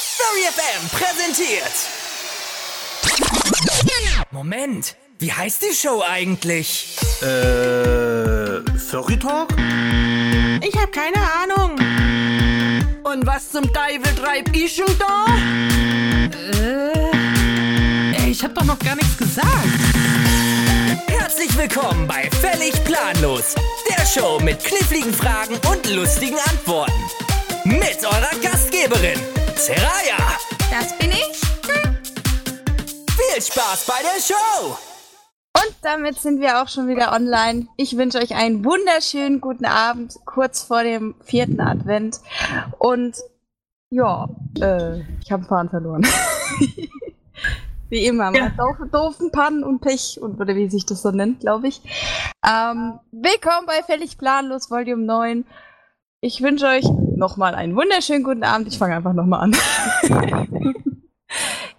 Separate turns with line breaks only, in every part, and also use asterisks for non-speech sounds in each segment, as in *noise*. Story FM präsentiert.
Moment, wie heißt die Show eigentlich?
Äh, Furry Talk?
Ich hab keine Ahnung.
Und was zum Teufel treib ich schon da?
Äh, ey, ich hab doch noch gar nichts gesagt.
Herzlich willkommen bei Völlig Planlos, der Show mit kniffligen Fragen und lustigen Antworten. Mit eurer Gastgeberin, Seraya.
Das bin ich.
Viel Spaß bei der Show.
Und damit sind wir auch schon wieder online. Ich wünsche euch einen wunderschönen guten Abend, kurz vor dem vierten Advent. Und ja, äh, ich habe einen Faden verloren. *laughs* wie immer, man ja. doofen, doofen Pannen und Pech und oder wie sich das so nennt, glaube ich. Ähm, willkommen bei Fällig Planlos Volume 9. Ich wünsche euch nochmal einen wunderschönen guten Abend. Ich fange einfach nochmal an.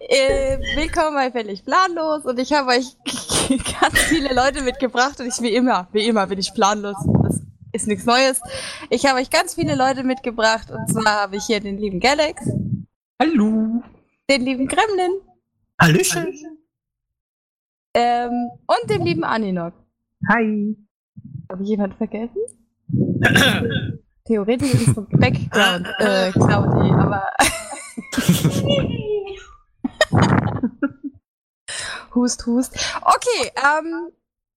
äh, willkommen bei Fällig Planlos und ich habe euch *laughs* ganz viele Leute mitgebracht und ich wie immer, wie immer bin ich planlos. Das ist nichts Neues. Ich habe euch ganz viele Leute mitgebracht und zwar habe ich hier den lieben Galax.
Hallo.
Den lieben Gremlin.
Hallöchen.
Ähm, und den lieben Aninok.
Hi.
Habe ich jemanden vergessen? *clears throat* Theoretisch ist es so Background, äh, Claudi, aber. *laughs* hust, hust. Okay, ähm,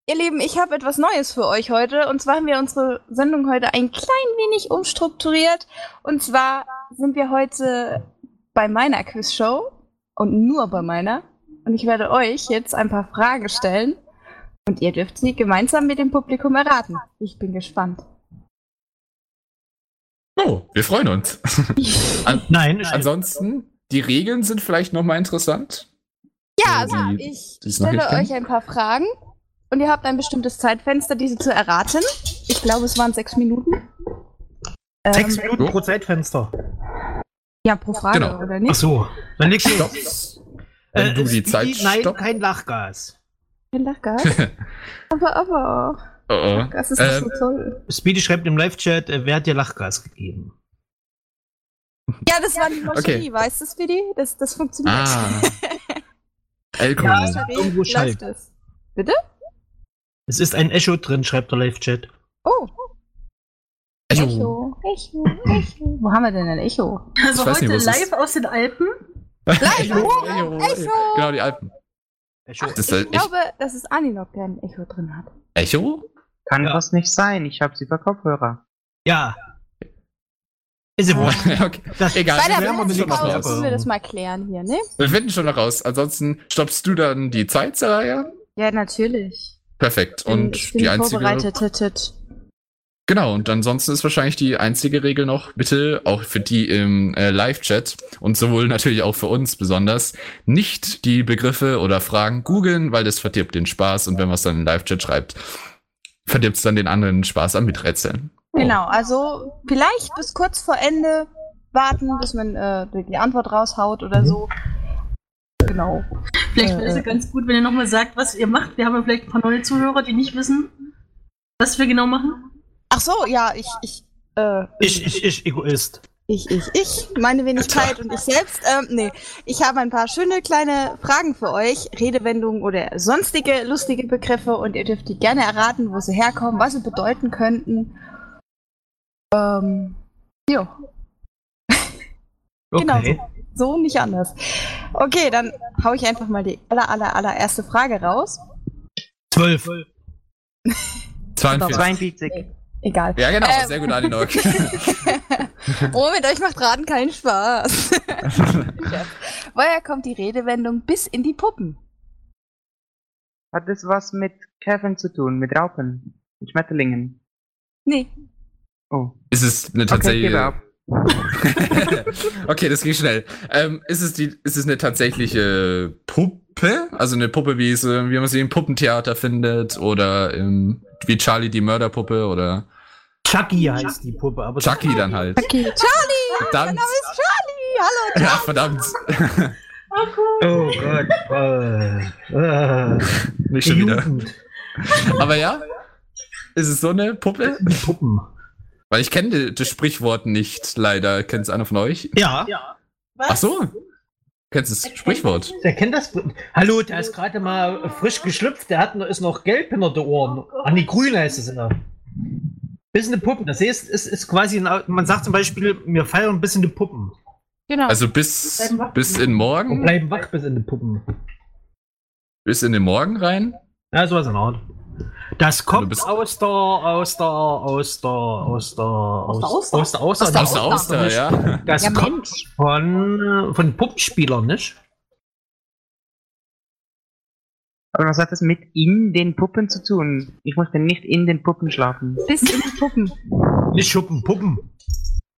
ihr Lieben, ich habe etwas Neues für euch heute. Und zwar haben wir unsere Sendung heute ein klein wenig umstrukturiert. Und zwar sind wir heute bei meiner Quizshow und nur bei meiner. Und ich werde euch jetzt ein paar Fragen stellen und ihr dürft sie gemeinsam mit dem Publikum erraten. Ich bin gespannt.
Oh, wir freuen uns.
An nein, also nein,
Ansonsten, die Regeln sind vielleicht nochmal interessant.
Ja, also die, ich die stelle euch ein paar Fragen und ihr habt ein bestimmtes Zeitfenster, diese zu erraten. Ich glaube, es waren sechs Minuten.
Sechs ähm, Minuten pro Zeitfenster.
Ja, pro Frage, genau. oder nicht?
Ach so, dann legst du.
*laughs* Wenn äh, du die Zeit
wie, Nein, stopp. kein Lachgas.
Kein Lachgas? *laughs* aber, aber.
Oh, oh.
Das ist äh, so toll.
Speedy schreibt im Live-Chat, äh, wer hat dir Lachgas gegeben?
Ja, das war die Moscherie, okay. weißt du, Speedy? Das, das funktioniert. *laughs*
Ah. Alkohol.
Ja, irgendwo läuft es. Bitte?
Es ist ein Echo drin, schreibt der Live-Chat.
Oh. Echo.
*laughs*
Echo, Echo, Echo. Wo haben wir denn ein Echo?
Also heute nicht, live ist. aus den Alpen.
Live Echo, Echo, Echo.
Genau, die Alpen.
Echo. Ach, das ich glaube, dass es Aninok, der ein Echo drin hat.
Echo? *laughs*
Kann ja. das nicht sein. Ich habe sie per Kopfhörer.
Ja. Ist ja wohl.
*laughs* okay. Das, Egal,
Bei der wir werden schon noch raus. müssen wir das mal klären hier, ne?
Wir finden schon noch raus. Ansonsten stoppst du dann die Zeit, Saraya?
Ja, natürlich.
Perfekt.
Bin,
und
ich bin
die einzige.
Vorbereitet.
Genau, und ansonsten ist wahrscheinlich die einzige Regel noch, bitte, auch für die im äh, Live-Chat und sowohl natürlich auch für uns besonders, nicht die Begriffe oder Fragen googeln, weil das verdirbt den Spaß und wenn man es dann im Live-Chat schreibt, verdirbt es dann den anderen Spaß am Miträtseln.
Oh. Genau, also vielleicht bis kurz vor Ende warten, bis man äh, die Antwort raushaut oder so. Genau.
Vielleicht wäre es ja ganz gut, wenn ihr nochmal sagt, was ihr macht. Wir haben ja vielleicht ein paar neue Zuhörer, die nicht wissen, was wir genau machen.
Ach so, ja, ich, ich, äh,
ich, ich, ich, Egoist.
Ich, ich, ich, meine Wenigkeit *laughs* und ich selbst. Ähm, nee, ich habe ein paar schöne kleine Fragen für euch, Redewendungen oder sonstige lustige Begriffe und ihr dürft die gerne erraten, wo sie herkommen, was sie bedeuten könnten. Ähm, jo.
Okay.
genau, so, so nicht anders. Okay, dann hau ich einfach mal die aller, aller, allererste Frage raus.
Zwölf.
42.
42.
Egal.
Ja, genau. Ähm. Sehr gut, Aninok.
*laughs* oh, mit euch macht Raten keinen *laughs* Spaß. Woher kommt die Redewendung bis in die Puppen?
Hat das was mit Kevin zu tun, mit Raupen? Mit Schmetterlingen?
Nee.
Oh.
Ist es eine tatsächliche. Okay, *laughs* okay das ging schnell. Ähm, ist, es die, ist es eine tatsächliche Puppe? Also eine Puppe, wie, sie, wie man sie im Puppentheater findet oder im, wie Charlie die Mörderpuppe oder.
Chucky heißt die Puppe, aber
Chucky dann halt.
Chucky. Charlie!
Verdammt.
Mein Name ist Charlie! Hallo, Charlie!
Ja, verdammt.
oh Gott. Oh,
*laughs*
oh.
Nicht schon wieder. Aber ja, ist es so eine Puppe?
Die Puppen.
Weil ich kenne das Sprichwort nicht, leider. Kennt es einer von euch?
Ja. ja.
Was?
Ach so. Kennst du das Sprichwort?
Der kennt das. Hallo, der ist gerade mal frisch geschlüpft. Der hat, ist noch gelb hinter den Ohren. Ah, nee, grün heißt es immer. Bisschen die Puppen. Das heißt, es ist quasi, ein, man sagt zum Beispiel, wir feiern bis in die Puppen.
Genau.
Also bis, bis in
Und
morgen,
bleiben wach bis in die Puppen.
bis in den Morgen rein.
Ja, sowas in der Art. Das
Du
kommt
bist-
aus der, aus der, aus der, aus der, aus
Auster?
aus der, aus der,
Aus der Auster, ja.
Das
Ja,
kommt von, äh, von Puppenspielern, nicht?
Aber was hat das mit in den Puppen zu tun? Ich möchte nicht in den Puppen schlafen.
bis in die Puppen.
Nicht Schuppen, Puppen.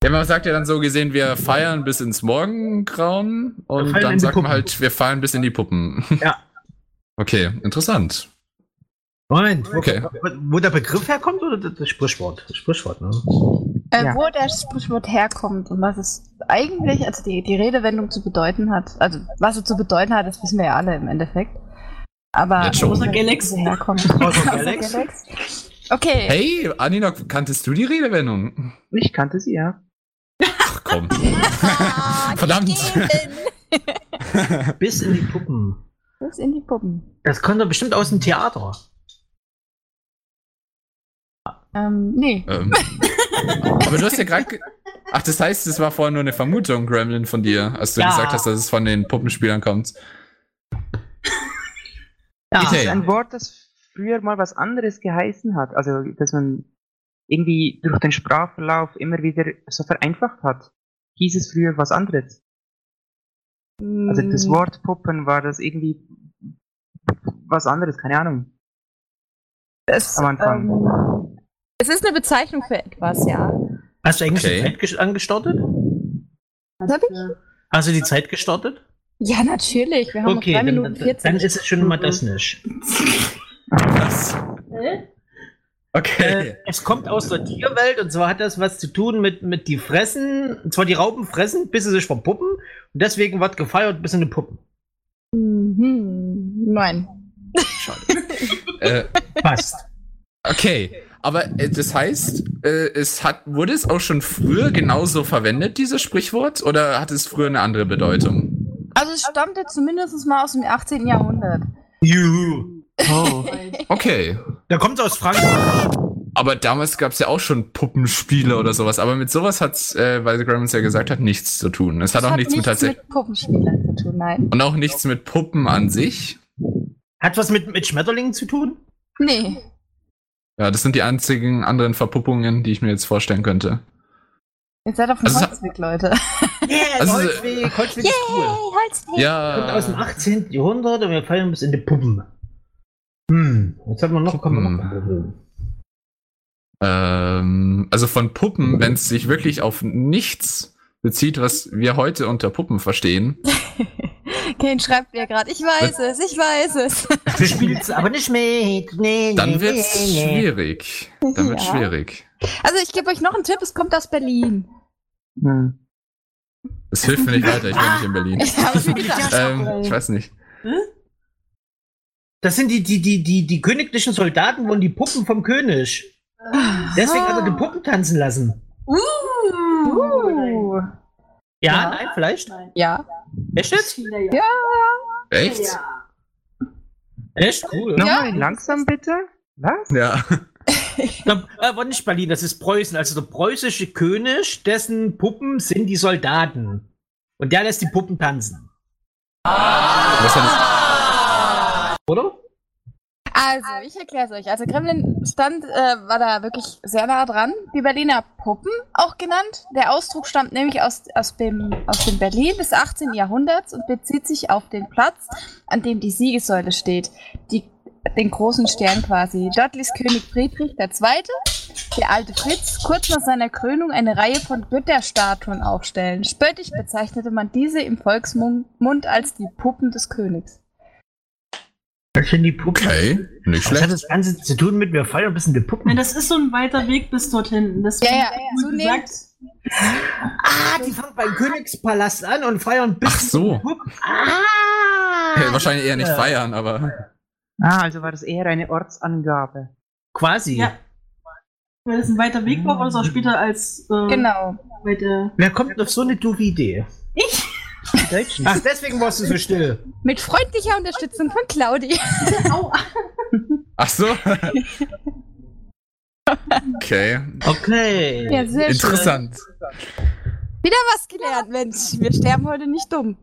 Ja, man sagt ja dann so gesehen, wir feiern bis ins Morgengrauen und
Wir feiern in
dann
die
sagt man
Puppen.
halt, wir feiern bis in die Puppen.
Ja.
Okay, interessant.
Moment, wo,
Okay.
wo der Begriff herkommt oder das das Sprichwort? Das Sprichwort, ne?
Äh,
Ja.
Wo das Sprichwort herkommt und was es eigentlich, also die, die Redewendung zu bedeuten hat, also was es zu bedeuten hat, das wissen wir ja alle im Endeffekt. Aber
Ja, schon.
wo
Außer Galax.
sie herkommt.
*laughs* Außer
Außer
Galax.
Galax. Okay,
Hey, Aninok, kanntest du die Redewendung?
Ich kannte sie, ja.
Ach komm. *laughs* Verdammt.
Bis in die Puppen.
bis in die Puppen.
Das kommt doch bestimmt aus dem Theater.
Ähm, nee,
ähm. Aber du hast ja gerade. ge- Ach, das heißt, es war vorher nur eine Vermutung, Gremlin, von dir, als du
Ja.
gesagt hast, dass es von den Puppenspielern kommt.
Das ist
Okay.
ein Wort, das früher mal was anderes geheißen hat. Also, dass man irgendwie durch den Sprachverlauf immer wieder so vereinfacht hat. Hieß es früher was anderes. Also, das
Mm.
Wort Puppen war das irgendwie was anderes, keine Ahnung.
es,
am Anfang.
Ähm, es ist eine Bezeichnung für etwas, ja.
Hast du eigentlich
Okay.
die Zeit ges- angestartet?
Was hab ich?
Hast du die Zeit gestartet?
Ja, natürlich. Wir haben noch
Okay,
3
dann,
Minuten
dann,
40.
dann ist es schon mal das nicht.
*laughs* Was?
Hä?
Okay.
Äh, es kommt aus der Tierwelt und zwar hat das was zu tun mit, mit die Fressen, und zwar die Raupen fressen, bis sie sich verpuppen und deswegen wird gefeiert bis in die Puppen.
Mhm. Nein.
Äh,
Passt.
*laughs* okay. Aber äh, das heißt, äh, es hat, wurde es auch schon früher genauso verwendet, dieses Sprichwort? Oder hat es früher eine andere Bedeutung?
Also es stammte zumindest mal aus dem 18. Jahrhundert.
Juhu.
Okay.
Da kommt aus Frankreich.
Aber damals gab es ja auch schon Puppenspiele oder sowas. Aber mit sowas hat's, äh, weil Gremlins ja gesagt hat, nichts zu tun. Es hat
Das
auch nichts mit tatsächlich.
mit Puppenspielern zu tun, nein.
Und auch nichts mit Puppen an sich.
Hat was mit, mit Schmetterlingen zu tun?
Nee.
Ja, das sind die einzigen anderen Verpuppungen, die ich mir jetzt vorstellen könnte.
Ihr seid auf dem
Also es hat-
Holzweg, Leute.
Yeah,
Also-
Holzweg, Holzweg ist cool.
Holzweg.
Kommt
Ja.
aus dem 18. Jahrhundert und wir feiern bis in die Puppen. Hm, jetzt haben wir noch, kommen wir noch ein Problem.
Ähm, also von Puppen, wenn es sich wirklich auf nichts bezieht, was wir heute unter Puppen verstehen.
Kane schreibt mir gerade, ich weiß es, ich weiß es.
Du spielst aber nicht mit. Nee,
Dann
nee,
wird's
nee, nee.
schwierig. Dann wird's
Ja.
schwierig.
Also ich gebe euch noch einen Tipp, es kommt aus Berlin.
Hm.
Das hilft mir nicht weiter, ich bin nicht in Berlin.
*laughs* Ich habe schon gedacht.
Ähm, ich weiß nicht.
Das sind die, die, die, die, die königlichen Soldaten und die Puppen vom König. Deswegen hat er die Puppen tanzen lassen.
Uh.
Ja,
Ja.
nein, vielleicht?
Nein.
Ja.
Echt jetzt?
China, ja.
Ja.
Echt?
Echt cool.
Nochmal langsam bitte? Was?
Ja.
Na, äh, war nicht Berlin, das ist Preußen. Also der preußische König, dessen Puppen sind die Soldaten. Und der lässt die Puppen tanzen.
Was hat
Oder?
Also, ich erkläre es euch. Also, Gremlin stand, äh, war da wirklich sehr nah dran. Die Berliner Puppen auch genannt. Der Ausdruck stammt nämlich aus, aus, dem, aus dem Berlin des 18. Jahrhunderts und bezieht sich auf den Platz, an dem die Siegessäule steht. Die, den großen Stern quasi. Dort ließ König Friedrich II., der alte Fritz, kurz nach seiner Krönung eine Reihe von Götterstatuen aufstellen. Spöttisch bezeichnete man diese im Volksmund als die Puppen des Königs.
Das sind die Puppen.
Okay, nicht
Was hat
schlecht.
das Ganze zu tun mit, wir feiern ein bisschen die
Nein,
Puppen?
das ist so ein weiter Weg bis dorthin. Das
Ja, ja,
so
zunehmend.
gesagt.
Ah, die fangen beim Königspalast an und feiern ein bisschen
Ach so.
die Puppen.
Hey, wahrscheinlich eher nicht
Ja.
feiern, aber.
Ah, also war das eher eine Ortsangabe.
Quasi.
Ja. Weil das ein weiter Weg war, war das auch später als äh,
Genau.
bei der
Wer kommt auf so eine doofe Idee?
Ich?
Deutschen.
Ach, deswegen warst du so still.
Mit freundlicher Unterstützung von Claudia.
Aua.
Ach so. Okay,
Okay.
Ja, sehr
interessant.
schön. Wieder was gelernt, Mensch. Wir sterben heute nicht dumm.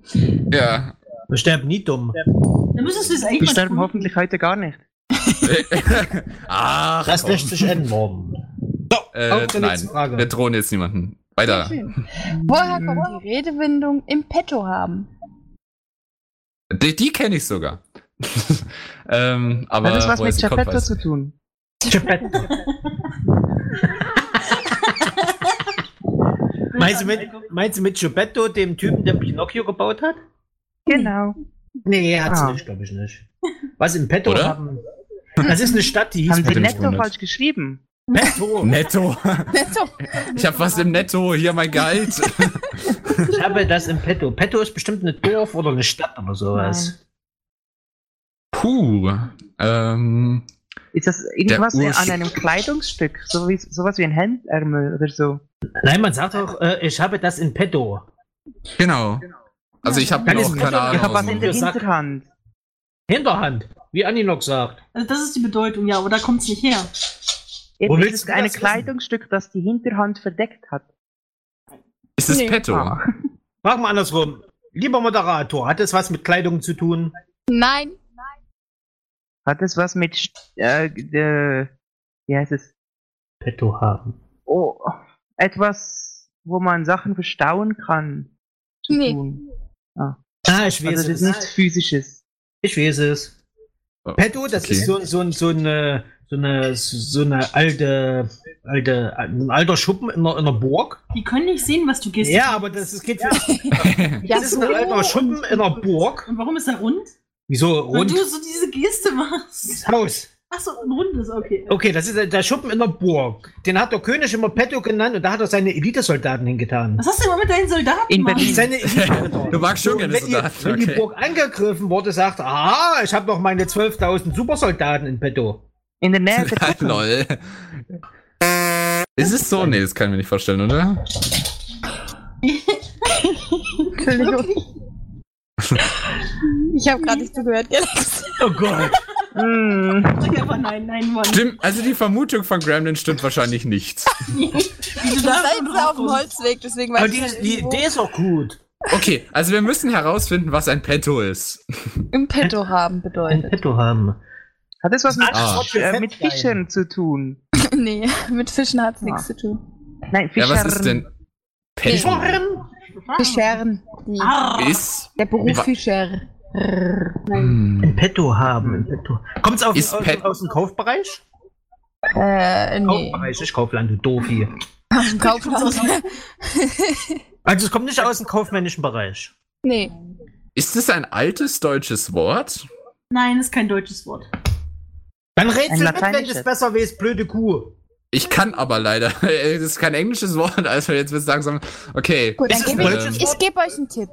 Ja. *laughs*
Wir sterben nie dumm.
Da müsstest du es eigentlich
Die
mal
sterben
tun.
hoffentlich heute gar nicht.
Ach,
Das
komm.
lässt sich ändern. So,
äh,
auf zur
nein,
nächsten Frage.
wir drohen jetzt niemanden. Weiter.
Woher kommt die Redewendung im Petto haben?
Die, die kenne ich sogar. *laughs* ähm, aber
Hat das was
woher
mit
sie kommt,
Geppetto
weiß
zu
ich.
tun?
*laughs* Meinst du, mit, meinst du mit Geppetto, dem Typen, der Pinocchio gebaut hat?
Genau.
Nee, hat's
Ah.
nicht, glaube ich nicht. Was in Petto
Oder?
haben. Das ist eine Stadt, die hieß
Haben sie
hätte mich
netto
gewundert.
falsch geschrieben?
Petto.
Netto.
Petto.
Ich habe was im Netto. Hier mein Gehalt.
Ich habe das in Petto. Petto ist bestimmt ein Dorf oder eine Stadt oder sowas.
Puh. Ähm,
Ist das irgendwas
Der Ur-
an einem Kleidungsstück? So wie, sowas wie ein Hemdärmel oder so?
Nein, man sagt auch, äh, ich habe das in Petto.
genau. Also ich habe
Dann
noch
ist Netto-
keine
Ich hab was in
Ahnung.
der
Wir sagen-
Hinterhand.
Hinterhand, wie Aninok sagt.
Also das ist die Bedeutung, ja, aber da kommt es nicht her.
Jetzt
Wo
ist
willst
es
du
ein
das wissen?
Kleidungsstück, das die Hinterhand verdeckt hat.
Ist es
Nee.
Petto?
Ah.
Machen wir andersrum. Lieber Moderator, hat es was mit Kleidung zu tun?
Nein.
Hat es was mit. St- Äh, äh, wie heißt es?
Petto haben.
Oh, etwas, wo man Sachen verstauen kann. Zu
Nee.
tun.
Ah, ich weiß
Also, das
es.
ist nichts Physisches.
Ich weiß es.
Oh,
Petto, das
okay.
ist so, so, so, eine, so, eine, so eine alte, alte, ein alter Schuppen in einer, in einer Burg.
Die können nicht sehen, was du gehst.
Ja, aber das ist, geht für,
Ja,
das ist ein alter Schuppen in einer Burg.
Und warum ist er rund?
Wieso?
Weil
Rund.
du so diese Geste machst.
Haus.
Achso, ein rundes, okay.
Okay, das ist der Schuppen in der Burg. Den hat der König immer Petto genannt und da hat er seine Elitesoldaten hingetan.
Was hast du immer mit deinen Soldaten
In
gemacht?
*laughs*
Berlin.
Seine Elitesoldaten.
Du magst schon
Und
gerne
wenn, die,
Soldaten,
wenn die
okay.
Burg angegriffen wurde, sagt er, ah, ich habe noch meine 12.000 Supersoldaten in petto.
In der Nähe der Truppen.
*laughs* Lol. Ist es so? Nee, das kann ich mir nicht vorstellen, oder?
Entschuldigung. Ich habe gerade nicht zugehört, Alex.
Oh Gott.
Hm,
Sag einfach nein, nein, Mann.
Stimmt, also die Vermutung von Gremlin stimmt wahrscheinlich nicht.
Wie du
Ich
da
war jetzt auf dem
draufkommst.
Holzweg, deswegen
*laughs* Aber
weiß
die,
ich halt
die
nicht, wo
Idee ist auch gut.
Okay, also wir müssen herausfinden, was ein Petto ist.
im Petto haben
In
bedeutet.
petto haben.
Hat es was mit,
Ah.
Fisch- äh, mit Fischern zu tun?
*laughs* nee, mit Fischen hat's nichts zu tun.
Nein,
Ja,
Fischern.
was ist denn Petto?
Fischern. Die,
Ah,
Ist, hm,
der Beruf
Wa-
Fischer.
In petto haben. In petto. Kommt's auf,
Ist
aus,
Pet-
aus dem Kaufbereich?
Äh, nee.
Kaufbereich, nicht Kaufland, du Doofi.
Aus dem *laughs* Kaufland.
Also es kommt nicht aus dem kaufmännischen Bereich.
nee.
ist es ein altes deutsches Wort?
nein, ist kein deutsches Wort.
Dann rätst
Ein
du mit, wenn
lateinisches.
es besser wärst, blöde Kuh.
Ich kann aber leider. *laughs* Es ist kein englisches Wort, also jetzt wird es langsam. Okay.
Gut, dann
Ist es
gebe
ein
ich,
deutsches
ich gebe euch einen Tipp.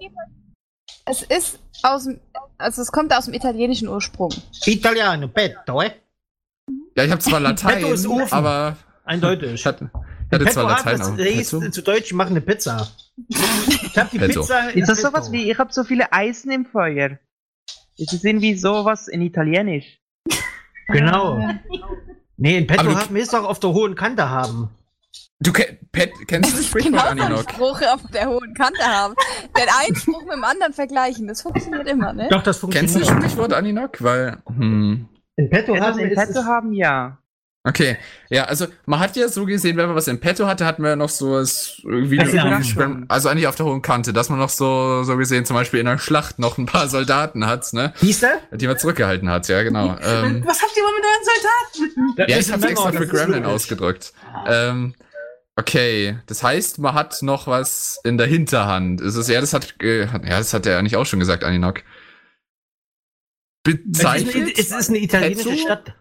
Es ist aus dem, also es kommt aus dem italienischen Ursprung.
Italiano, petto, eh?
Ja, ich habe zwar Latein,
*laughs* Petto ist Ofen.
aber.
Eindeutig.
Ich hatte, ich hatte zwar
hat
Latein,
das
aber.
hieß,
Petto?
zu Deutsch, ich mache eine Pizza. Ich hab die
Petto.
Pizza. in
Ist das
petto.
sowas wie, ich habe so viele Eisen im Feuer? Ist es irgendwie sowas in Italienisch?
Genau. Nee, ein Petto
Aber du-
haben ist doch auf der hohen Kante haben.
Du ke Pet kennst du
*laughs*
das
Genau
Sprichwort,
einen
Aninok?
Spruch auf der hohen Kante haben. Den einen Spruch mit dem anderen vergleichen, das funktioniert immer, ne?
Doch, das
Kennst du
funktioniert.
das Sprichwort, Aninok? Weil. Hm.
In Petto
Etwas
haben
in
ist
Petto
es-
haben, ja.
Okay, ja, also man hat ja so gesehen, wenn man was im Petto hatte, hat man ja noch so es irgendwie
Ach ja.
also, also eigentlich auf der hohen Kante, dass man noch so so gesehen zum Beispiel in einer Schlacht noch ein paar Soldaten hat, ne,
Siehst du?
die man zurückgehalten hat, ja
*laughs*
genau. Ähm,
Was habt ihr immer mit euren Soldaten?
Da
ja,
ist
ich
ein
habe extra
Männer,
für
das ist
Gremlin
logisch.
ausgedrückt. Ähm, okay, das heißt, man hat noch was in der Hinterhand. Ist es ja, das hat äh, ja, das hat er eigentlich auch schon gesagt, Aninok.
Es ist, eine,
Bezeichnet,
es ist eine italienische
Petto?
Stadt.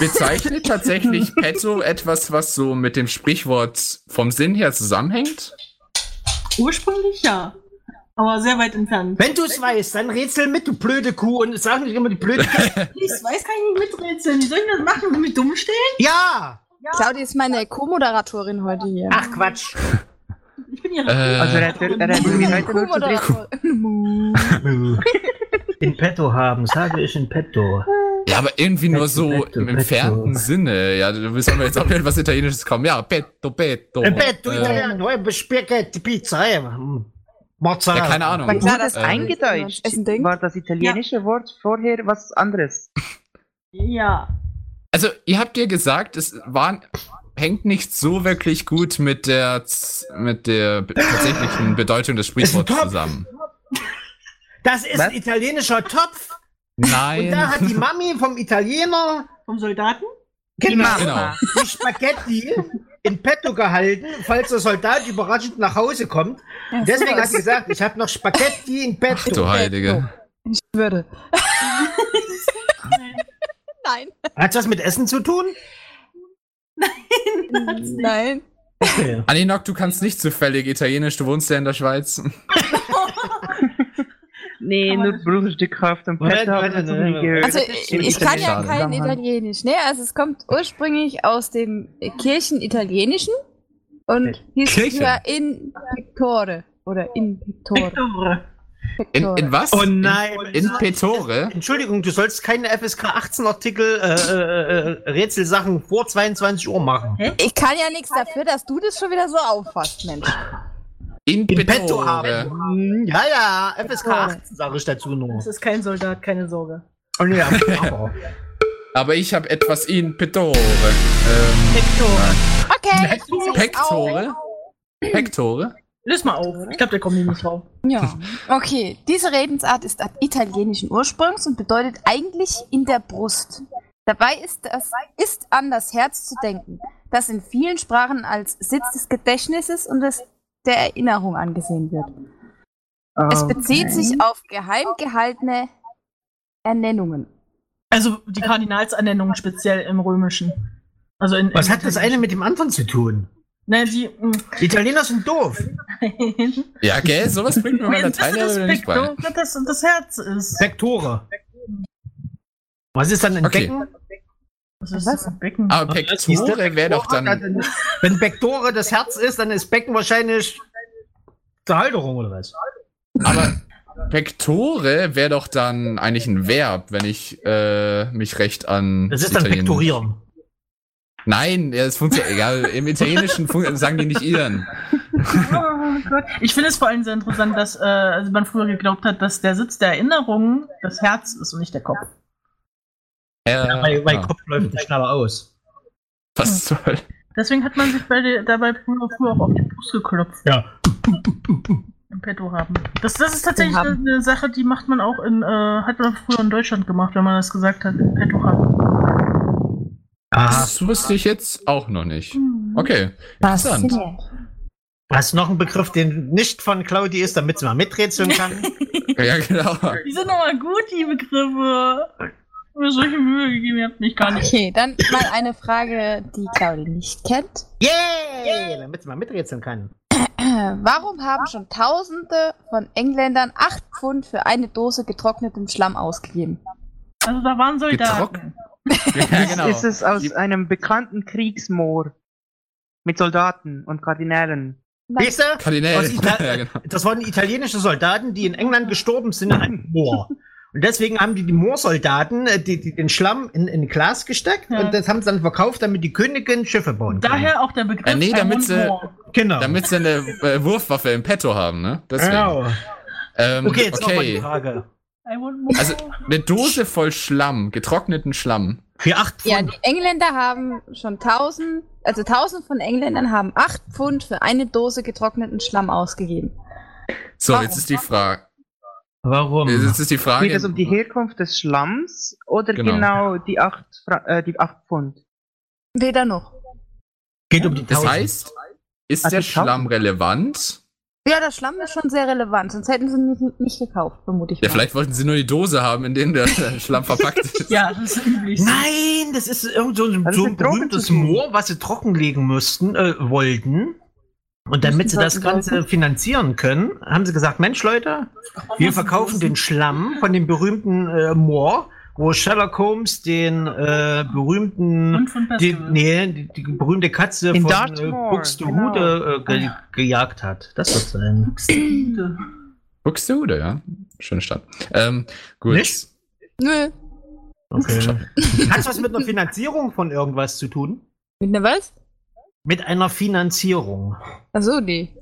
bezeichnet
*laughs*
tatsächlich Petto etwas, was so mit dem Sprichwort vom Sinn her zusammenhängt?
Ursprünglich ja. Aber sehr weit entfernt.
Wenn du es weißt, dann rätsel mit, du blöde Kuh. Und sag nicht immer die
*laughs*
blöde Kuh.
Ich weiß, kann ich nicht miträtseln. Wie soll ich das machen, wenn wir dumm stehen?
Ja!
Ah,
Claudia ist meine Co-Moderatorin heute hier.
*laughs*
Ach, Quatsch.
Ich bin ihre.
Also
Äh,
er hat, er hat irgendwie Leute
Kuh oder
durchgedreht.
so. Mu.
In petto haben, sage ich in petto.
ja, aber irgendwie nur
Petto,
so
Petto,
im
Petto.
entfernten Sinne. Ja, du willst aber jetzt auch wieder was Italienisches kommen. Ja, Petto, Petto. Äh,
Italiano, Spaghetti, Pizza, eh, Mozzarella.
ja, keine
Weil
Ahnung.
klar,
klar,
dass
das
äh,
eingedeutscht
Essen denkt.
war das italienische Wort vorher was anderes.
Ja.
Also, ihr habt ja gesagt, es war, hängt nicht so wirklich gut mit der, Z- mit der be- tatsächlichen Bedeutung des Sprichworts
Ist ein Topf.
zusammen.
Das ist
Was?
ein italienischer Topf. Und da hat
Nein.
die Mami vom Italiener
Vom Soldaten?
genau,
Genau.
die Spaghetti in petto gehalten, falls der Soldat überraschend nach Hause kommt. Deswegen hat sie gesagt, ich habe noch Spaghetti in petto.
Ach du Heilige.
Ich würde. *laughs* Nein.
Hat's was mit Essen zu tun?
Nein.
Okay.
Aninok, du kannst nicht zufällig Italienisch, du wohnst ja in der Schweiz.
Nee, nur Bruderstückhaft und
Moment,
Pet haben
Moment,
wir noch
Moment,
nie gehört.
Also
Das ist
ich,
im
ich kann ja kein
italienischen Zusammenhang.
Italienisch, ne? Also es kommt ursprünglich aus dem Kirchenitalienischen und hieß
Kirche?
früher in Pectore oder in Pectore.
Victor.
In,
Pectore.
in was?
Oh nein.
In, in Petore?
Entschuldigung, du sollst keine FSK 18 Artikel äh, äh, äh, Rätselsachen vor 22 Uhr machen.
ich kann ja nichts dafür, dass du das schon wieder so auffasst, Mensch.
In
In petto
Petore.
haben. Ja, ja, FSK 18 sage ich dazu nur.
Das ist kein Soldat, keine Sorge.
Oh, nee, *laughs* aber.
Aber ich habe etwas in Petore. Ähm,
Okay, ich muss jetzt auf.
Pektore? Pektore?
Löst mal auf. Ich glaube, da kommen die nicht drauf.
Ja. Okay, diese Redensart ist italienischen Ursprungs und bedeutet eigentlich in der Brust. Dabei ist das ist an das Herz zu denken, das in vielen Sprachen als Sitz des Gedächtnisses und des, der Erinnerung angesehen wird. Es bezieht sich auf geheim gehaltene Ernennungen.
Also die Kardinalsernennung speziell im Römischen. Also in,
Was
im
hat das eine mit dem anderen zu tun?
Nein, *laughs* die. mm,
Die Italiener sind doof.
Ja, gell? Sowas bringt mir mein
Woher wissen das
Lateinlehrer nicht bei.
Pector, dass das das Herz ist.
Sektore. Was ist dann ein
Okay.
Becken?
Das ist
Was?
ein Becken.
Aber
Hieß der
Pektore wäre doch
Bektore?
dann.
Wenn Bektore das Herz ist, dann ist Becken wahrscheinlich zur Halterung oder was?
Aber Pektore wäre doch dann eigentlich ein Verb, wenn ich äh, mich recht an.
Das ist dann
Italien-
Pektorieren.
Nein, ja, es funktioniert. Egal, im Italienischen
*laughs*
fun- sagen die nicht ihren.
Oh Gott. Ich finde es vor allem sehr interessant, dass äh, also man früher geglaubt hat, dass der Sitz der Erinnerungen das Herz ist und nicht der Kopf.
Äh,
Mein, mein
ah,
Kopf läuft nicht schneller aus.
was soll?
Deswegen hat man sich bei der, dabei früher, früher auch auf die Brust geklopft.
Ja.
Im Petto haben. Das, das ist tatsächlich
Haben.
eine, eine Sache, die macht man auch in, äh, hat man früher in Deutschland gemacht, wenn man das gesagt hat, im Petto haben.
Ah,
Das wusste ich jetzt auch noch nicht. Okay, interessant.
hast du noch einen Begriff, den nicht von Claudi ist, damit sie mal miträtseln kann?
Ja,
*laughs*
genau. *laughs*
Die sind nochmal gut, die Begriffe. Ich hab Mir solche Mühe gegeben, ihr habt mich gar nicht.
Okay, dann mal eine Frage, die Claudia nicht kennt.
Yay! Damit sie mal miträtseln kann.
Äh, Warum haben schon Tausende von Engländern 8 Pfund für eine Dose getrocknetem Schlamm ausgegeben?
Also da waren Soldaten.
Getrocknet. Ja, genau.
Ist es aus
Die-
einem bekannten Kriegsmoor mit Soldaten und Kardinälen?
Siehst du?
Kardinäle. *laughs*
Aus Italien.
Ja, genau.
Das waren italienische Soldaten, die in England gestorben sind in
*laughs*
einem Moor. Und deswegen haben die, die Moorsoldaten äh, die, die, den Schlamm in, in Glas gesteckt
Ja.
und das haben sie dann verkauft, damit die Königin Schiffe bauen können.
Daher auch der Begriff
Äh, nee, damit
Diamond
sie-
Moor.
genau.
Damit sie eine äh, Wurfwaffe im Petto haben, ne? Deswegen.
genau.
Ähm,
Okay, jetzt nochmal die
okay.
Frage.
I want more.
Also eine Dose voll Schlamm, getrockneten Schlamm.
Für acht
Ja,
Pfund.
die Engländer haben schon 1000, also 1000 von Engländern haben 8 Pfund für eine Dose getrockneten Schlamm ausgegeben.
So,
Ah,
Warum?
jetzt ist die Frage.
Warum?
Jetzt ist die Frage.
Geht es um die Herkunft des Schlamms oder
Genau.
genau, die 8 äh, die acht Pfund?
Weder noch.
Geht um die
Das
Tausend.
heißt, ist
Ach,
der
die kaufen.
Schlamm relevant?
Ja, der Schlamm ist schon sehr relevant, sonst hätten sie ihn nicht, nicht gekauft, vermute ich.
Ja,
mal.
vielleicht wollten sie nur die Dose haben, in denen der Schlamm verpackt ist.
ja, das ist üblich.
Nein, das ist irgend so ein,
Hat das
so ein
mit Drogen
berühmtes
zu tun?
Moor, was sie trockenlegen müssten, äh, wollten. Und damit sie das
Sollten,
Ganze
sollten.
finanzieren können, haben sie gesagt, Mensch Leute, wir verkaufen den Schlamm von dem berühmten äh, Moor wo Sherlock Holmes den äh, berühmten
Und von
die,
Baskerville.
nee, die, die berühmte Katze
In
von äh,
Dartmoor,
Buxtehude äh, ge, gejagt hat. Das wird sein.
Buxtehude.
Buxtehude, ja. Schöne Stadt. Ähm, gut.
Nicht?
Nö.
Okay. Hat was mit einer Finanzierung von irgendwas zu tun?
Mit einer was?
Mit einer Finanzierung.
Achso, nee.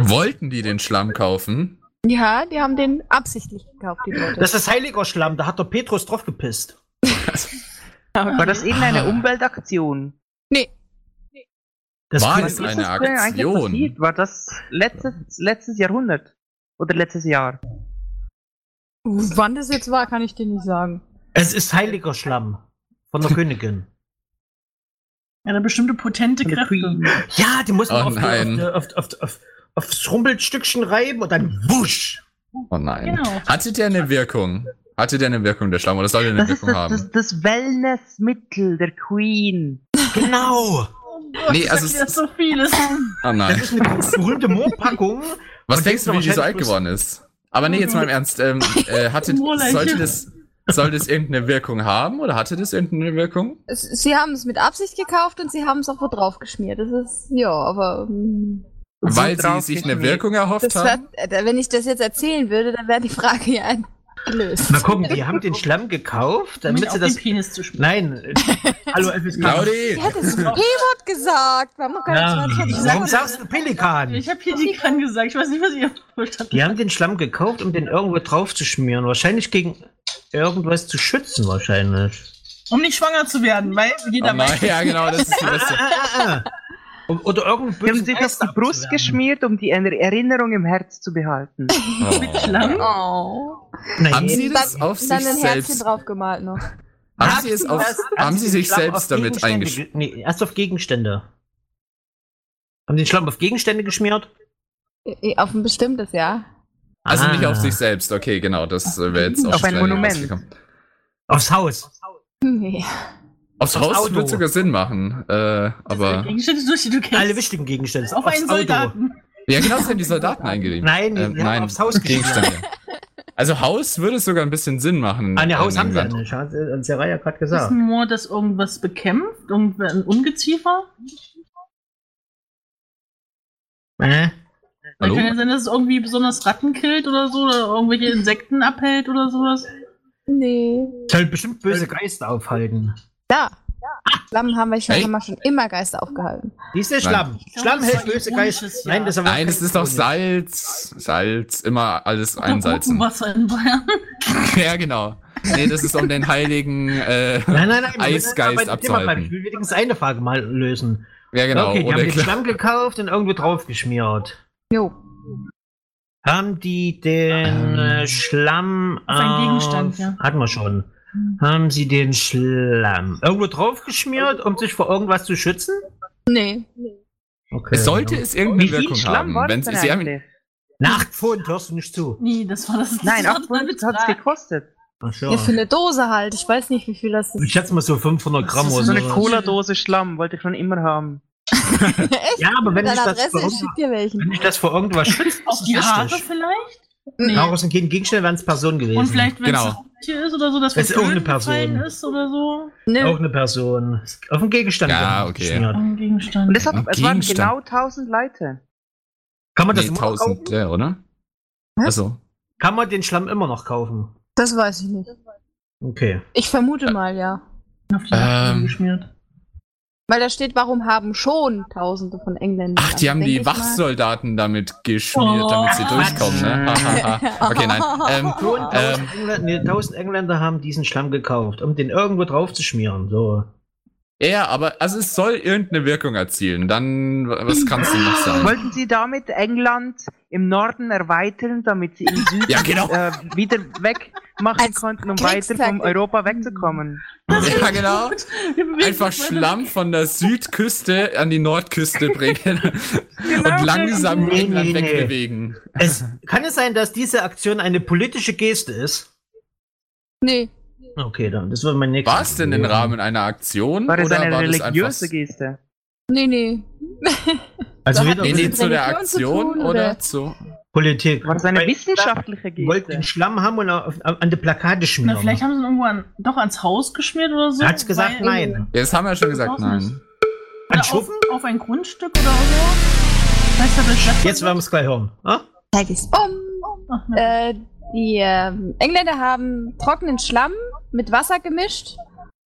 Wollten die den Schlamm kaufen?
Ja, die haben den absichtlich gekauft, die Leute.
Das ist heiliger Schlamm, da hat der Petrus drauf gepisst.
War das irgendeine Umweltaktion?
Das
War
klingt-
es eine
Was denn eigentlich
Aktion?
passiert? War das letztes, letztes Jahrhundert? Oder letztes Jahr?
Uh, Wann das jetzt war, kann ich dir nicht sagen.
es ist heiliger Schlamm von *laughs* der Königin.
Ja, da bestimmte potente
Von der
Kräfte.
Queen.
Ja, die muss man
Oh
auf, die-
nein.
auf, die- auf, auf, auf, aufs Rumpelstückchen reiben und dann wusch.
Oh nein.
Genau.
Hatte der eine Wirkung? Hatte der eine Wirkung, der Schlamm? Oder soll der eine
Das ist *laughs*
Wirkung
das, das,
haben?
das Wellnessmittel der Queen.
Genau.
Oh Gott,
Nee,
ich
also es-
sag dir das so vieles.
Oh
Das
nein.
ist eine berühmte Moorpackung.
Was
Und
denkst du,
jetzt
wie die so
noch
alt
Schädel-
geworden ist? Aber nee, jetzt mal im Ernst. Ähm, äh, hatte,
Moorleiche.
sollte, das, sollte das irgendeine Wirkung haben? Oder hatte das irgendeine Wirkung?
Es, sie haben es mit Absicht gekauft und sie haben es auch wo drauf geschmiert. Das ist, ja, aber. mm,
Weil sie
drauf
sich eine
geschmiert.
Wirkung erhofft
Das hat,
haben?
äh, wenn ich das jetzt erzählen würde, dann wäre die Frage ja gelöst.
Mal gucken, die haben den Schlamm gekauft,
um ihn
damit
auf
sie das.
den Penis zu spielen.
Nein. äh, Hallo, FSK.
Claudi!
Die hat das P-Wort gesagt. Warum kann
Ja.
ich das
Warum sagst du Pelikan?
Ich habe hier die Kran gesagt. Ich weiß nicht, was ihr verstanden
Die haben den Schlamm gekauft, um den irgendwo drauf zu schmieren. Wahrscheinlich gegen irgendwas zu schützen, wahrscheinlich.
habt. Um nicht schwanger zu werden, weil
Oh
jeder
nein,
weiß.
ja genau, das ist die
Ah,
beste.
ah, ah, ah. Oder irgendein
Sie haben
bösen
sich auf
Geist
die Brust
abzuwehren.
geschmiert, um die Erinner- Erinnerung im Herz zu behalten. *laughs*
Oh.
Oh.
Haben
Nein.
Sie das
Dann,
auf
dann ein
sich
Herzchen
selbst?
draufgemalt noch.
Haben Sie es auf,
erst-
haben
erst
Sie
den
sich
Schlamm
selbst
auf
damit
Gegenstände
eingeschmiert?
ge- Nee, erst auf Gegenstände. Haben den Schlamm auf Gegenstände geschmiert?
Äh, Auf ein bestimmtes, ja. *laughs*
Also nicht
Ah.
auf sich selbst, okay, genau, das äh, wäre jetzt auch
Auf ein
schnell
Monument.
rausgekommen.
Aufs Haus.
Nee.
Aufs
Aufs
Haus
Auto.
würde sogar Sinn machen, äh, aber...
Gegenstände, durch die du kennst.
Alle wichtigen Gegenstände.
auf einen Soldaten.
Ja, genau, sie haben die Soldaten eingerieben.
Nein, die
Ähm,
haben
nein,
aufs Haus geschmiert.
Gegenstände. Also Haus würde es sogar ein bisschen Sinn machen.
An der Haus
in
haben sie ja
England.
nicht. Hat äh, Seraya gerade
Ist
gesagt.
ein Moor, das irgendwas bekämpft? Irgendwer- Ein Ungeziefer?
Äh?
Dann
Hallo?
kann ja sein, dass es irgendwie besonders Ratten killt oder so, oder irgendwelche Insekten abhält oder sowas.
Nee.
Soll bestimmt böse Geister aufhalten.
Da. Schlamm haben wir schon,
Hey.
haben wir schon immer Geister aufgehalten.
Dies ist Schlamm.
glaub,
Schlamm
das
hält
war
böse
ironisches
Geister.
Jahr.
war
Nein,
kein
es ist doch
Ironie.
Salz. Salz, immer alles
Oder
einsalzen.
Wasser in Bayern.
*laughs* Ja, genau. Nee, das ist um den heiligen. Äh,
Nein, nein, nein. wir müssen
Eisgeist
aber bei dem Thema
abzuhalten.
bleiben. Ich will wenigstens eine Frage mal lösen.
ja, genau.
okay, die
oder
haben den
klar.
Schlamm gekauft und irgendwo draufgeschmiert.
Jo.
Haben die den
Ähm.
äh, Schlamm
Auf einen Gegenstand, ja. Mhm.
Hatten wir schon. Haben sie den Schlamm irgendwo draufgeschmiert, um sich vor irgendwas zu schützen?
Nee.
Okay.
Es sollte es irgendeine
Wie viel
Wirkung
Schlamm
haben.
war
Wenn
das
sie,
denn
sie haben,
eigentlich?
Nacht Pfund, hörst du nicht zu.
Nee, das war das. das war
Nein,
Ah,
acht
das
Pfund hat es
Betrag.
gekostet.
Ach
Oh.
Ja. für eine Dose halt. Ich weiß nicht, wie viel
*laughs*
das
Ich
ist.
schätze mal so 500 Gramm
Das ist
oder
So
so
eine
was.
Cola-Dose Schlamm wollte ich schon immer haben.
Echt?
Ja, aber wenn ich,
Deine
das
Adresse,
vor,
ich schick dir welchen.
wenn ich das vor irgendwas
*laughs*
schütze,
Auf die Haare vielleicht? Nee.
Daraus entgehen Gegenstände wären es Personen gewesen.
Und vielleicht, wenn
Genau.
es ein Tier ist oder so, dass
Es ist auch eine
Blöden gefallen
Person.
ist oder so.
Nö.
auch eine Person. Auf den Gegenstand
Ja,
geschmiert.
okay.
Ein Gegenstand.
Und es, hat,
Ein
es waren
Gegenstand.
genau 1000 Leute.
Kann man das
nee,
immer noch
1000,
kaufen?
ja, oder? Also,
Hä?
Achso.
Kann man den Schlamm immer noch kaufen?
Das weiß ich nicht.
Okay.
Ich vermute mal, ja.
auf die Haare
Ähm.
*laughs* geschmiert.
Weil da steht, warum haben schon Tausende von Engländern.
Ach, die haben
Denk
die
ich mal.
Wachsoldaten damit geschmiert,
Oh.
damit sie durchkommen, ne? Ha, ha, ha. okay, nein. Ähm,
Schon
Ähm.
1000, Engländer, nee, 1000 Engländer haben diesen Schlamm gekauft, um den irgendwo drauf zu schmieren. So.
ja, aber also es soll irgendeine Wirkung erzielen. Dann, was kann es denn noch sein?
Wollten sie damit England im Norden erweitern, damit sie im Süden
Ja, genau.
äh, wieder wegmachen
Als
konnten, um weiter vom
Kriegstaktik.
Europa wegzukommen?
Ja, genau.
Wir bewegen
Einfach
uns weiter.
Schlamm von der Südküste an die Nordküste bringen *laughs* und langsam
Nee,
England
nee, nee.
wegbewegen.
Es, kann es sein, dass diese Aktion eine politische Geste ist?
Nee.
Okay, dann. Das war mein nächstes.
War es denn im Rahmen einer Aktion?
War das eine
war das
religiöse
einfach-
Geste?
Nee, nee.
Also
Da
wieder
hat-
Nee, nee,
mit
zu der
Religion zu
Aktion
tun,
oder,
oder?
zu.
Politik.
War das eine
Weil-
wissenschaftliche
Die wollten
Geste?
den Schlamm haben und auf, an, an die Plakate
Na,
schmieren.
vielleicht haben sie ihn irgendwo an, doch ans Haus geschmiert oder so.
er hat gesagt,
weil-
nein.
Ja, das haben wir ja schon gesagt, nein.
Oder
An
auf,
Schuppen?
auf ein Grundstück oder so. Weißt du, das sagt man
Jetzt werden wir es gleich hören. Ah?
Zeit ist um.
nicht. Ach, ne.
Äh, die ähm, Engländer haben trockenen Schlamm mit Wasser gemischt.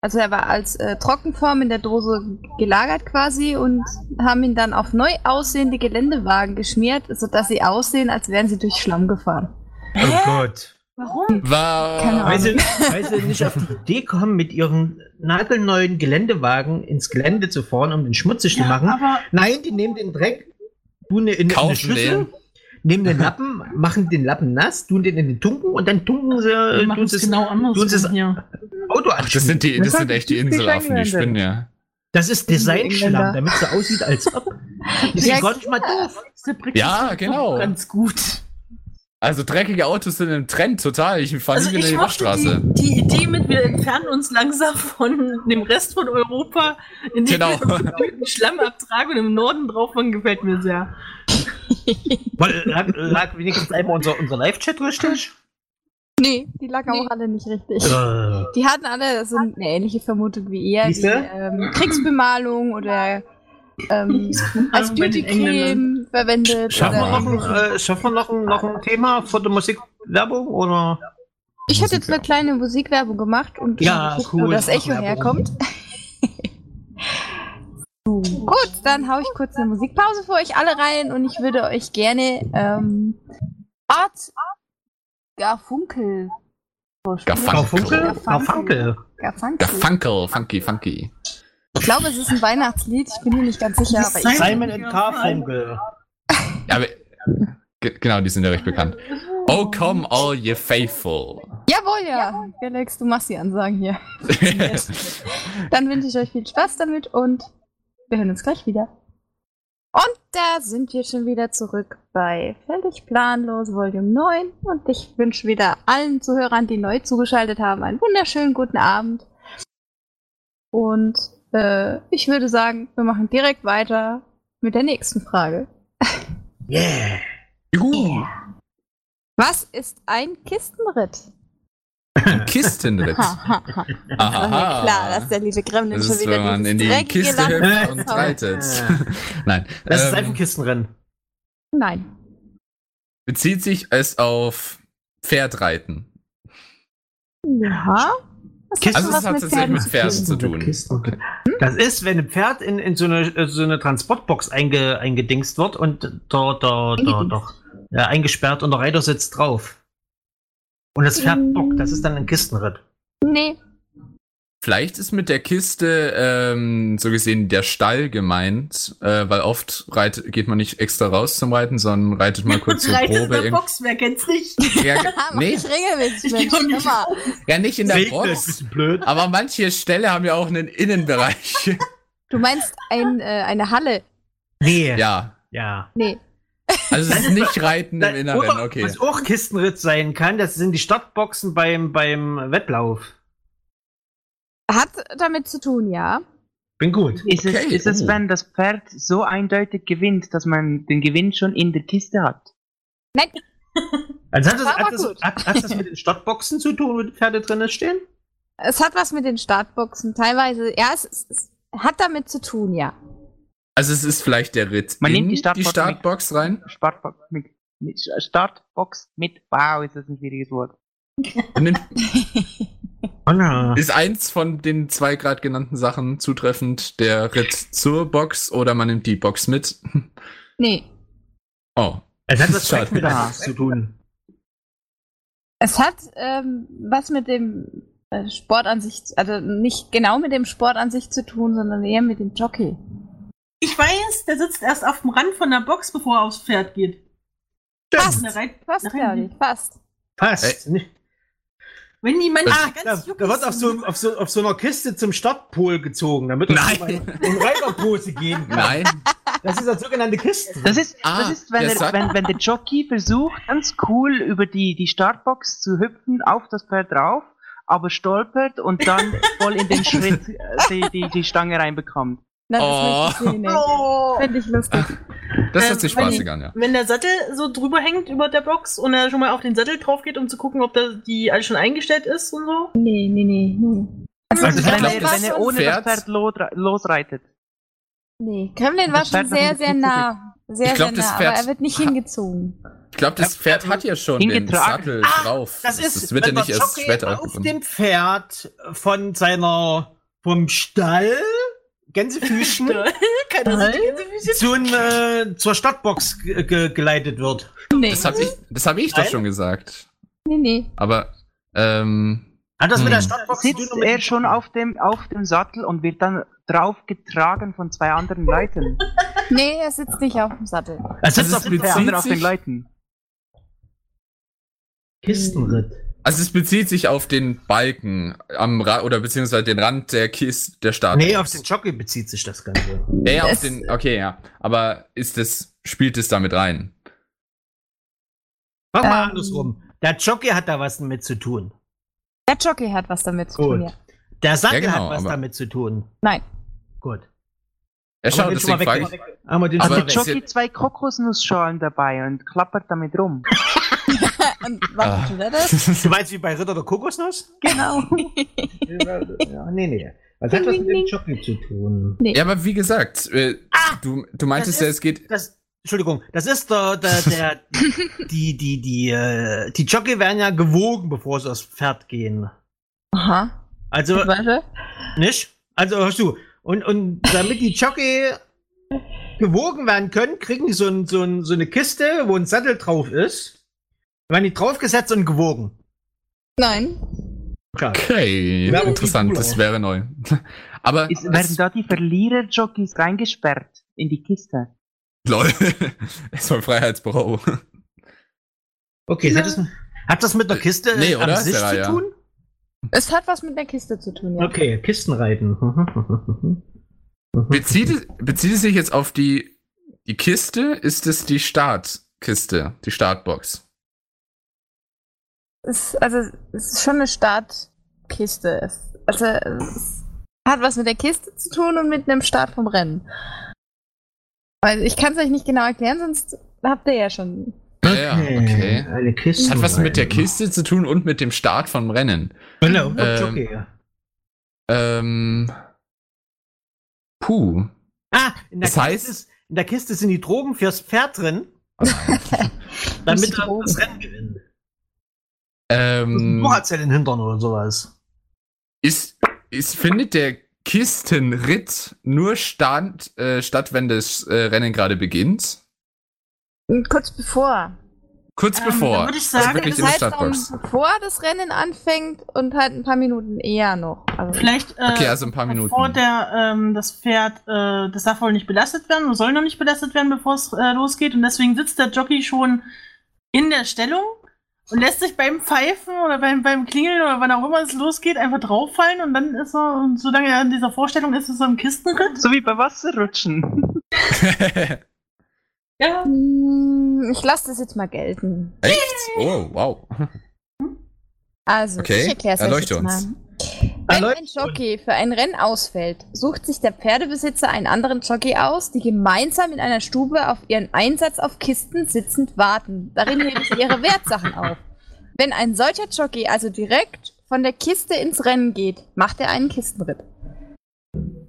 Also er war als äh, Trockenform in der Dose gelagert quasi und haben ihn dann auf neu aussehende Geländewagen geschmiert, sodass sie aussehen, als wären sie durch Schlamm gefahren.
Oh Gott.
Warum?
Keine
War.
Ahnung.
Weil sie, weil sie nicht auf die Idee kommen, mit ihrem nagelneuen Geländewagen ins Gelände zu fahren, um den schmutzig zu machen.
Aber
Nein, die nehmen den Dreck, tun den in in
Kaufen
eine Schüssel,
den.
nehmen den Lappen, machen den Lappen nass, tun den in den Tunken und dann tunken sie
wir
äh,
machen
tun
es
sie
genau
tun sie es-
anders hier.
das Auto an.
Ach, das sind die, das
Das
sind
hat
echt die
die
Inselaffen, die
Engländer.
spinnen ja.
Das ist Designschlamm, damit es so aussieht, als
*laughs*
ob. Die
Ja,
sind gar nicht mal doof.
Ist der Brick
Ja,
doch
genau.
Ganz gut.
Also dreckige Autos sind im Trend total. Ich fahre
Also,
nie wieder die Waschstraße.
Also die, die Idee mit, wir entfernen uns langsam von dem Rest von Europa, indem
Genau.
wir uns den Schlamm abtragen und im Norden drauf machen, gefällt mir sehr.
Weil, äh, lag, lag wenigstens einmal unser, unser Live-Chat richtig?
Nee, die lagen auch alle nicht richtig.
Äh,
Die hatten alle so eine ähnliche Vermutung wie ihr. Wie,
Siehste?
ähm, Kriegsbemalung oder ähm, als
Bemalung bei den
Beautycreme verwendet.
Schaffen wir,
oder-
noch ein, äh, schaffen wir noch, ein, noch ein Thema vor der Musikwerbung? Oder?
Ich hätte jetzt eine kleine Musikwerbung gemacht und
Ja,
geguckt, wo
cool,
das
mach
Echo
Werbung.
herkommt.
*laughs*
Gut, dann hau ich kurz eine Musikpause für euch alle rein und ich würde euch gerne ähm, Art Garfunkel vorstellen.
Garfunkel?
Garfunkel.
Garfunkel.
Garfunkel.
Garfunkel, funky, funky.
Ich glaube, es ist ein Weihnachtslied, ich bin mir nicht ganz sicher, aber ich,
Simon and Garfunkel.
Ja, aber, ge- genau, die sind ja recht bekannt. Oh, come all ye faithful. *laughs*
Jawohl, ja. Alex, du machst die Ansagen hier. Dann wünsche ich euch viel Spaß damit und wir hören uns gleich wieder. Und da sind wir schon wieder zurück bei Völlig Planlos Volume 9 und ich wünsche wieder allen Zuhörern, die neu zugeschaltet haben, einen wunderschönen guten Abend. Und äh, ich würde sagen, wir machen direkt weiter mit der nächsten Frage.
Yeah.
Juhu,
Was ist ein Kistenritt? *laughs*
ein Kistenritt.
Ha, ha, ha. War mir
Aha.
klar, dass der liebe Gremlin
das
schon
ist,
wieder
wenn man
dieses
in die
dreckige
Kiste
Land *laughs*
hüpft und
raushaut.
reitet. *laughs*
Äh,
Nein.
Das ist
ähm,
einfach ein Kistenrennen.
Nein.
bezieht sich es auf Pferdreiten.
Ja. Das
Kisten-
schon
Also
was
es hat tatsächlich
Pferden
mit
zu
Pferden zu tun.
Kistenrennen. Hm? Das ist, wenn ein Pferd in, in so, eine, äh, so eine Transportbox einge, eingedingst wird und da, da, da, doch ja, eingesperrt und der Reiter sitzt drauf. Und das Pferd bockt, das ist dann ein Kistenritt.
Nee,
Vielleicht ist mit der Kiste ähm, so gesehen der Stall gemeint, äh, weil oft reit, geht man nicht extra raus zum Reiten, sondern reitet mal kurz zur
*laughs* Reitet in
Probe.
der
irgend-
Box, wer kennt's nicht?
Ja,
*laughs*
Ah, mach
nee,
ich regelmäßig,
Ich
Mensch.
glaub nicht.
Immer.
ja, nicht in der
Regnet,
Box.
bisschen blöd.
Aber manche Ställe haben ja auch einen Innenbereich.
Du meinst ein, äh, eine Halle.
Nee.
ja.
ja.
Nee.
Also es ist nicht Reiten im Inneren,
Oder,
okay.
Was auch Kistenritt sein kann, das sind die Stadtboxen beim, beim Wettlauf.
Hat damit zu tun, ja.
Bin gut.
Ist es,
Okay,
ist es
oh.
wenn das Pferd so eindeutig gewinnt, dass man den Gewinn schon in der Kiste hat?
Also hat das,
War aber
hat, das,
gut.
hat, hat *laughs* das mit den Stadtboxen zu tun, wo die Pferde drinnen stehen?
Es hat was mit den Startboxen. Teilweise, ja, es, es, es hat damit zu tun, ja.
Also es ist vielleicht der Ritt
Man
in
nimmt die
die Startbox,
Startbox
rein.
Startbox mit, mit Startbox mit Wow, ist das ein schwieriges Wort.
Man nimmt,
Oh na.
ist eins von den zwei gerade genannten Sachen zutreffend der Ritt zur Box oder man nimmt die Box mit.
Nee.
Oh,
Es Also hat was
Schade.
direkt mit der Box zu tun.
Es hat ähm, was mit dem äh, Sport an sich, also nicht genau mit dem Sport an sich zu tun, sondern eher mit dem Jockey.
Ich weiß, der sitzt erst auf dem Rand von der Box, bevor er aufs Pferd geht.
ne?
Passt.
Der Reit-
Passt,
Nein.
Claudi, passt.
Passt. Nicht-
Wenn jemand
Das-
ah,
Da,
ganz
da wird auf so, auf, so, auf so einer Kiste zum Stadtpol gezogen, damit er
Nein.
in Reiter- in Reiterpose gehen kann.
nein.
Das ist das sogenannte Kisten.
Das ist,
Ah,
das ist wenn,
der
der,
sagt-
wenn, wenn der Jockey versucht, ganz cool über die, die Startbox zu hüpfen, auf das Pferd drauf, aber stolpert und dann voll in den Schritt äh, die, die, die Stange reinbekommt.
Na, das
Oh.
möchte ich sehen, ey.
Oh.
Fände ich lustig.
Das
Ähm,
hört sich
wenn
spaßig
die-
an, ja.
Wenn der Sattel so drüber hängt über der Box und er schon mal auf den Sattel drauf geht, um zu gucken, ob da die alles schon eingestellt ist und so.
Nee, nee, nee. nee.
Also ich
wenn,
glaub,
er,
das
wenn er ohne
Pferd-
das Pferd lo- losreitet.
Nee, Kremlin war
Das
schon
Pferd war
sehr,
nicht
sehr
gut
nah. Sehr,
Ich glaub,
sehr
das
nah, aber
Pferd-
er wird
*laughs*
nicht hingezogen.
Ich glaube, das Pferd hat ja schon den
Hingetragen.
Sattel
ähm, Ah,
drauf.
Das ist,
wird ja
wenn der
nicht erst
Jockey
später
auf
aufgefunden.
dem Pferd von seiner, vom Stall, Gänsefüßchen,
Kann das nicht in die Füße-
zu, äh, zur Stadtbox ge- ge geleitet wird.
Nee,
Das habe ich, das hab ich doch
Nein.
schon gesagt.
nee, nee.
Aber, ähm,
Hat das mit
Hm.
der Stadtbox zu
Sitzt
tun? um-
er schon auf dem, auf dem Sattel und wird dann draufgetragen von zwei
*laughs*
anderen Leuten.
Nee, er sitzt nicht auf dem Sattel.
Er sitzt
Also
auf
es
dem
Zwei
bezieht-
Pferd.
andere auf
sich-
den Leuten.
Kistenritt.
also es bezieht sich auf den Balken am Ra oder beziehungsweise den Rand der Kiste der Stadt.
Nee, auf den Jockey bezieht sich das Ganze.
Ja, ja, auf
Es-
den, okay, ja. Aber ist das, spielt es damit rein?
Mach mal
Ähm.
andersrum. Der Jockey hat da was damit zu tun.
Der Jockey hat was damit zu tun.
Gut.
Ja.
Der Sattel
Ja, genau,
hat was
aber-
damit zu tun.
Nein.
Gut.
Ja, schau,
den
deswegen
schon mal
frage
weg-
ich.
Haben wir den
Aber
schon mal
Hat der
wenn-
weg.
Jockey zwei Kokosnussschalen dabei und klappert damit rum.
Und warum
Ah.
tut er das?
Du meinst wie bei Ritter
*laughs*
der Kokosnuss?
Genau.
ja, nee, nee. Was hat das mit dem Jockey zu tun?
Ja, aber wie gesagt, äh,
Ah!
du, du meintest
Das
ja, es geht.
Das, Entschuldigung, das ist der, der, der die, die, die, äh, die Jockey werden ja gewogen, bevor sie aufs Pferd gehen.
Aha.
Also,
Warte.
nicht? Also, hörst du. Und, und damit die Jockey gewogen werden können, kriegen die so, ein, so, ein, so eine Kiste, wo ein Sattel drauf ist. Werden die draufgesetzt und gewogen.
Nein.
Klar.
Okay,
Ja, aber
interessant,
viel cooler.
das wäre neu. *laughs* aber
Ist, werden
es,
da die Verlierer-Jockeys reingesperrt in die Kiste?
*laughs* lol, *laughs* es war Freiheitsbüro.
Okay, hat, das, hat das mit einer Kiste
Nee, oder?
am Sicht
Ja,
zu
ja.
tun?
Es hat was mit der Kiste zu tun, ja.
Okay, Kistenreiten.
Bezieht, es- bezieht es sich jetzt auf die, die Kiste? Ist es die Startkiste, die Startbox?
Es, also, es ist schon eine Startkiste. Es, also, es hat was mit der Kiste zu tun und mit einem Start vom Rennen. Also, ich kann es euch nicht genau erklären, sonst habt ihr ja schon.
Ja, ja, okay.
Eine
Es
Kiste.
hat was mit der Kiste zu tun und mit dem Start vom Rennen.
Genau, und
Ähm,
Jockey.
Ähm.
*laughs*
Puh.
Ah, in der,
das heißt-
Kiste ist, in der Kiste sind die Drogen fürs Pferd drin,
Oh nein.
Was
damit
für
er
Drogen?
das Rennen gewinnt.
ähm,
Du hast ja den Hintern oder sowas.
ist, ist, findet der Kistenritt nur stand, äh, statt, wenn das äh, Rennen gerade beginnt?
Und Kurz bevor.
Kurz
Ähm,
bevor.
dann würd ich sagen,
also wirklich
Das
in der
heißt,
Startbox.
dann, halt bevor das Rennen anfängt und halt ein paar Minuten eher noch. Also,
Vielleicht äh,
Okay, also ein paar Minuten.
bevor der, ähm, das Pferd, äh, das darf wohl nicht belastet werden oder soll noch nicht belastet werden, bevor es äh, losgeht. Und deswegen sitzt der Jockey schon in der Stellung und lässt sich beim Pfeifen oder beim, beim Klingeln oder wann auch immer es losgeht, einfach drauffallen. Und dann ist er, und solange er in dieser Vorstellung ist, ist er im Kistenritt.
So wie bei Wasserrutschen.
Ja.
Mm, Ich lasse das jetzt mal gelten.
*laughs* Echt? Oh, wow.
Also,
Okay,
ich erkläre es euch
erleuchte
jetzt mal.
uns.
Wenn
Erleuchte
ein Jockey für ein Rennen ausfällt, sucht sich der Pferdebesitzer einen anderen Jockey aus, die gemeinsam in einer Stube auf ihren Einsatz auf Kisten sitzend warten. Darin heben sie ihre Wertsachen auf. Wenn ein solcher Jockey also direkt von der Kiste ins Rennen geht, macht er einen Kistenritt.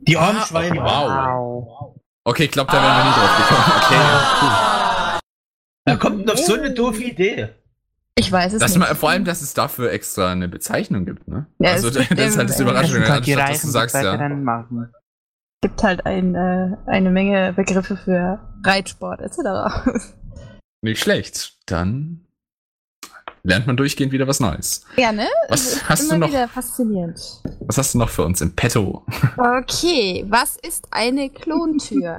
Die armen Schweine.
Ah, Wow.
Wow.
Okay, ich glaube, da wären wir nie
Ah.
drauf gekommen. Okay.
Da kommt noch so eine doofe Idee.
Ich weiß es
Dass
nicht.
man, vor allem, dass es dafür extra eine Bezeichnung gibt, ne?
Ja,
also,
es
*laughs* das
gibt
ist
im-
halt das
im-
Überraschung,
Lassen halt die
anstatt dass du
Reichen das
sagst, ja.
Wettrennen machen.
Es gibt halt ein, äh, eine Menge Begriffe für Reitsport *laughs* etc.
Nicht schlecht. Dann lernt man durchgehend wieder was Neues.
Gerne.
Was hast du
ne? immer
noch?
wieder faszinierend.
Was hast du noch für uns im Petto?
Okay, was ist eine Klontür?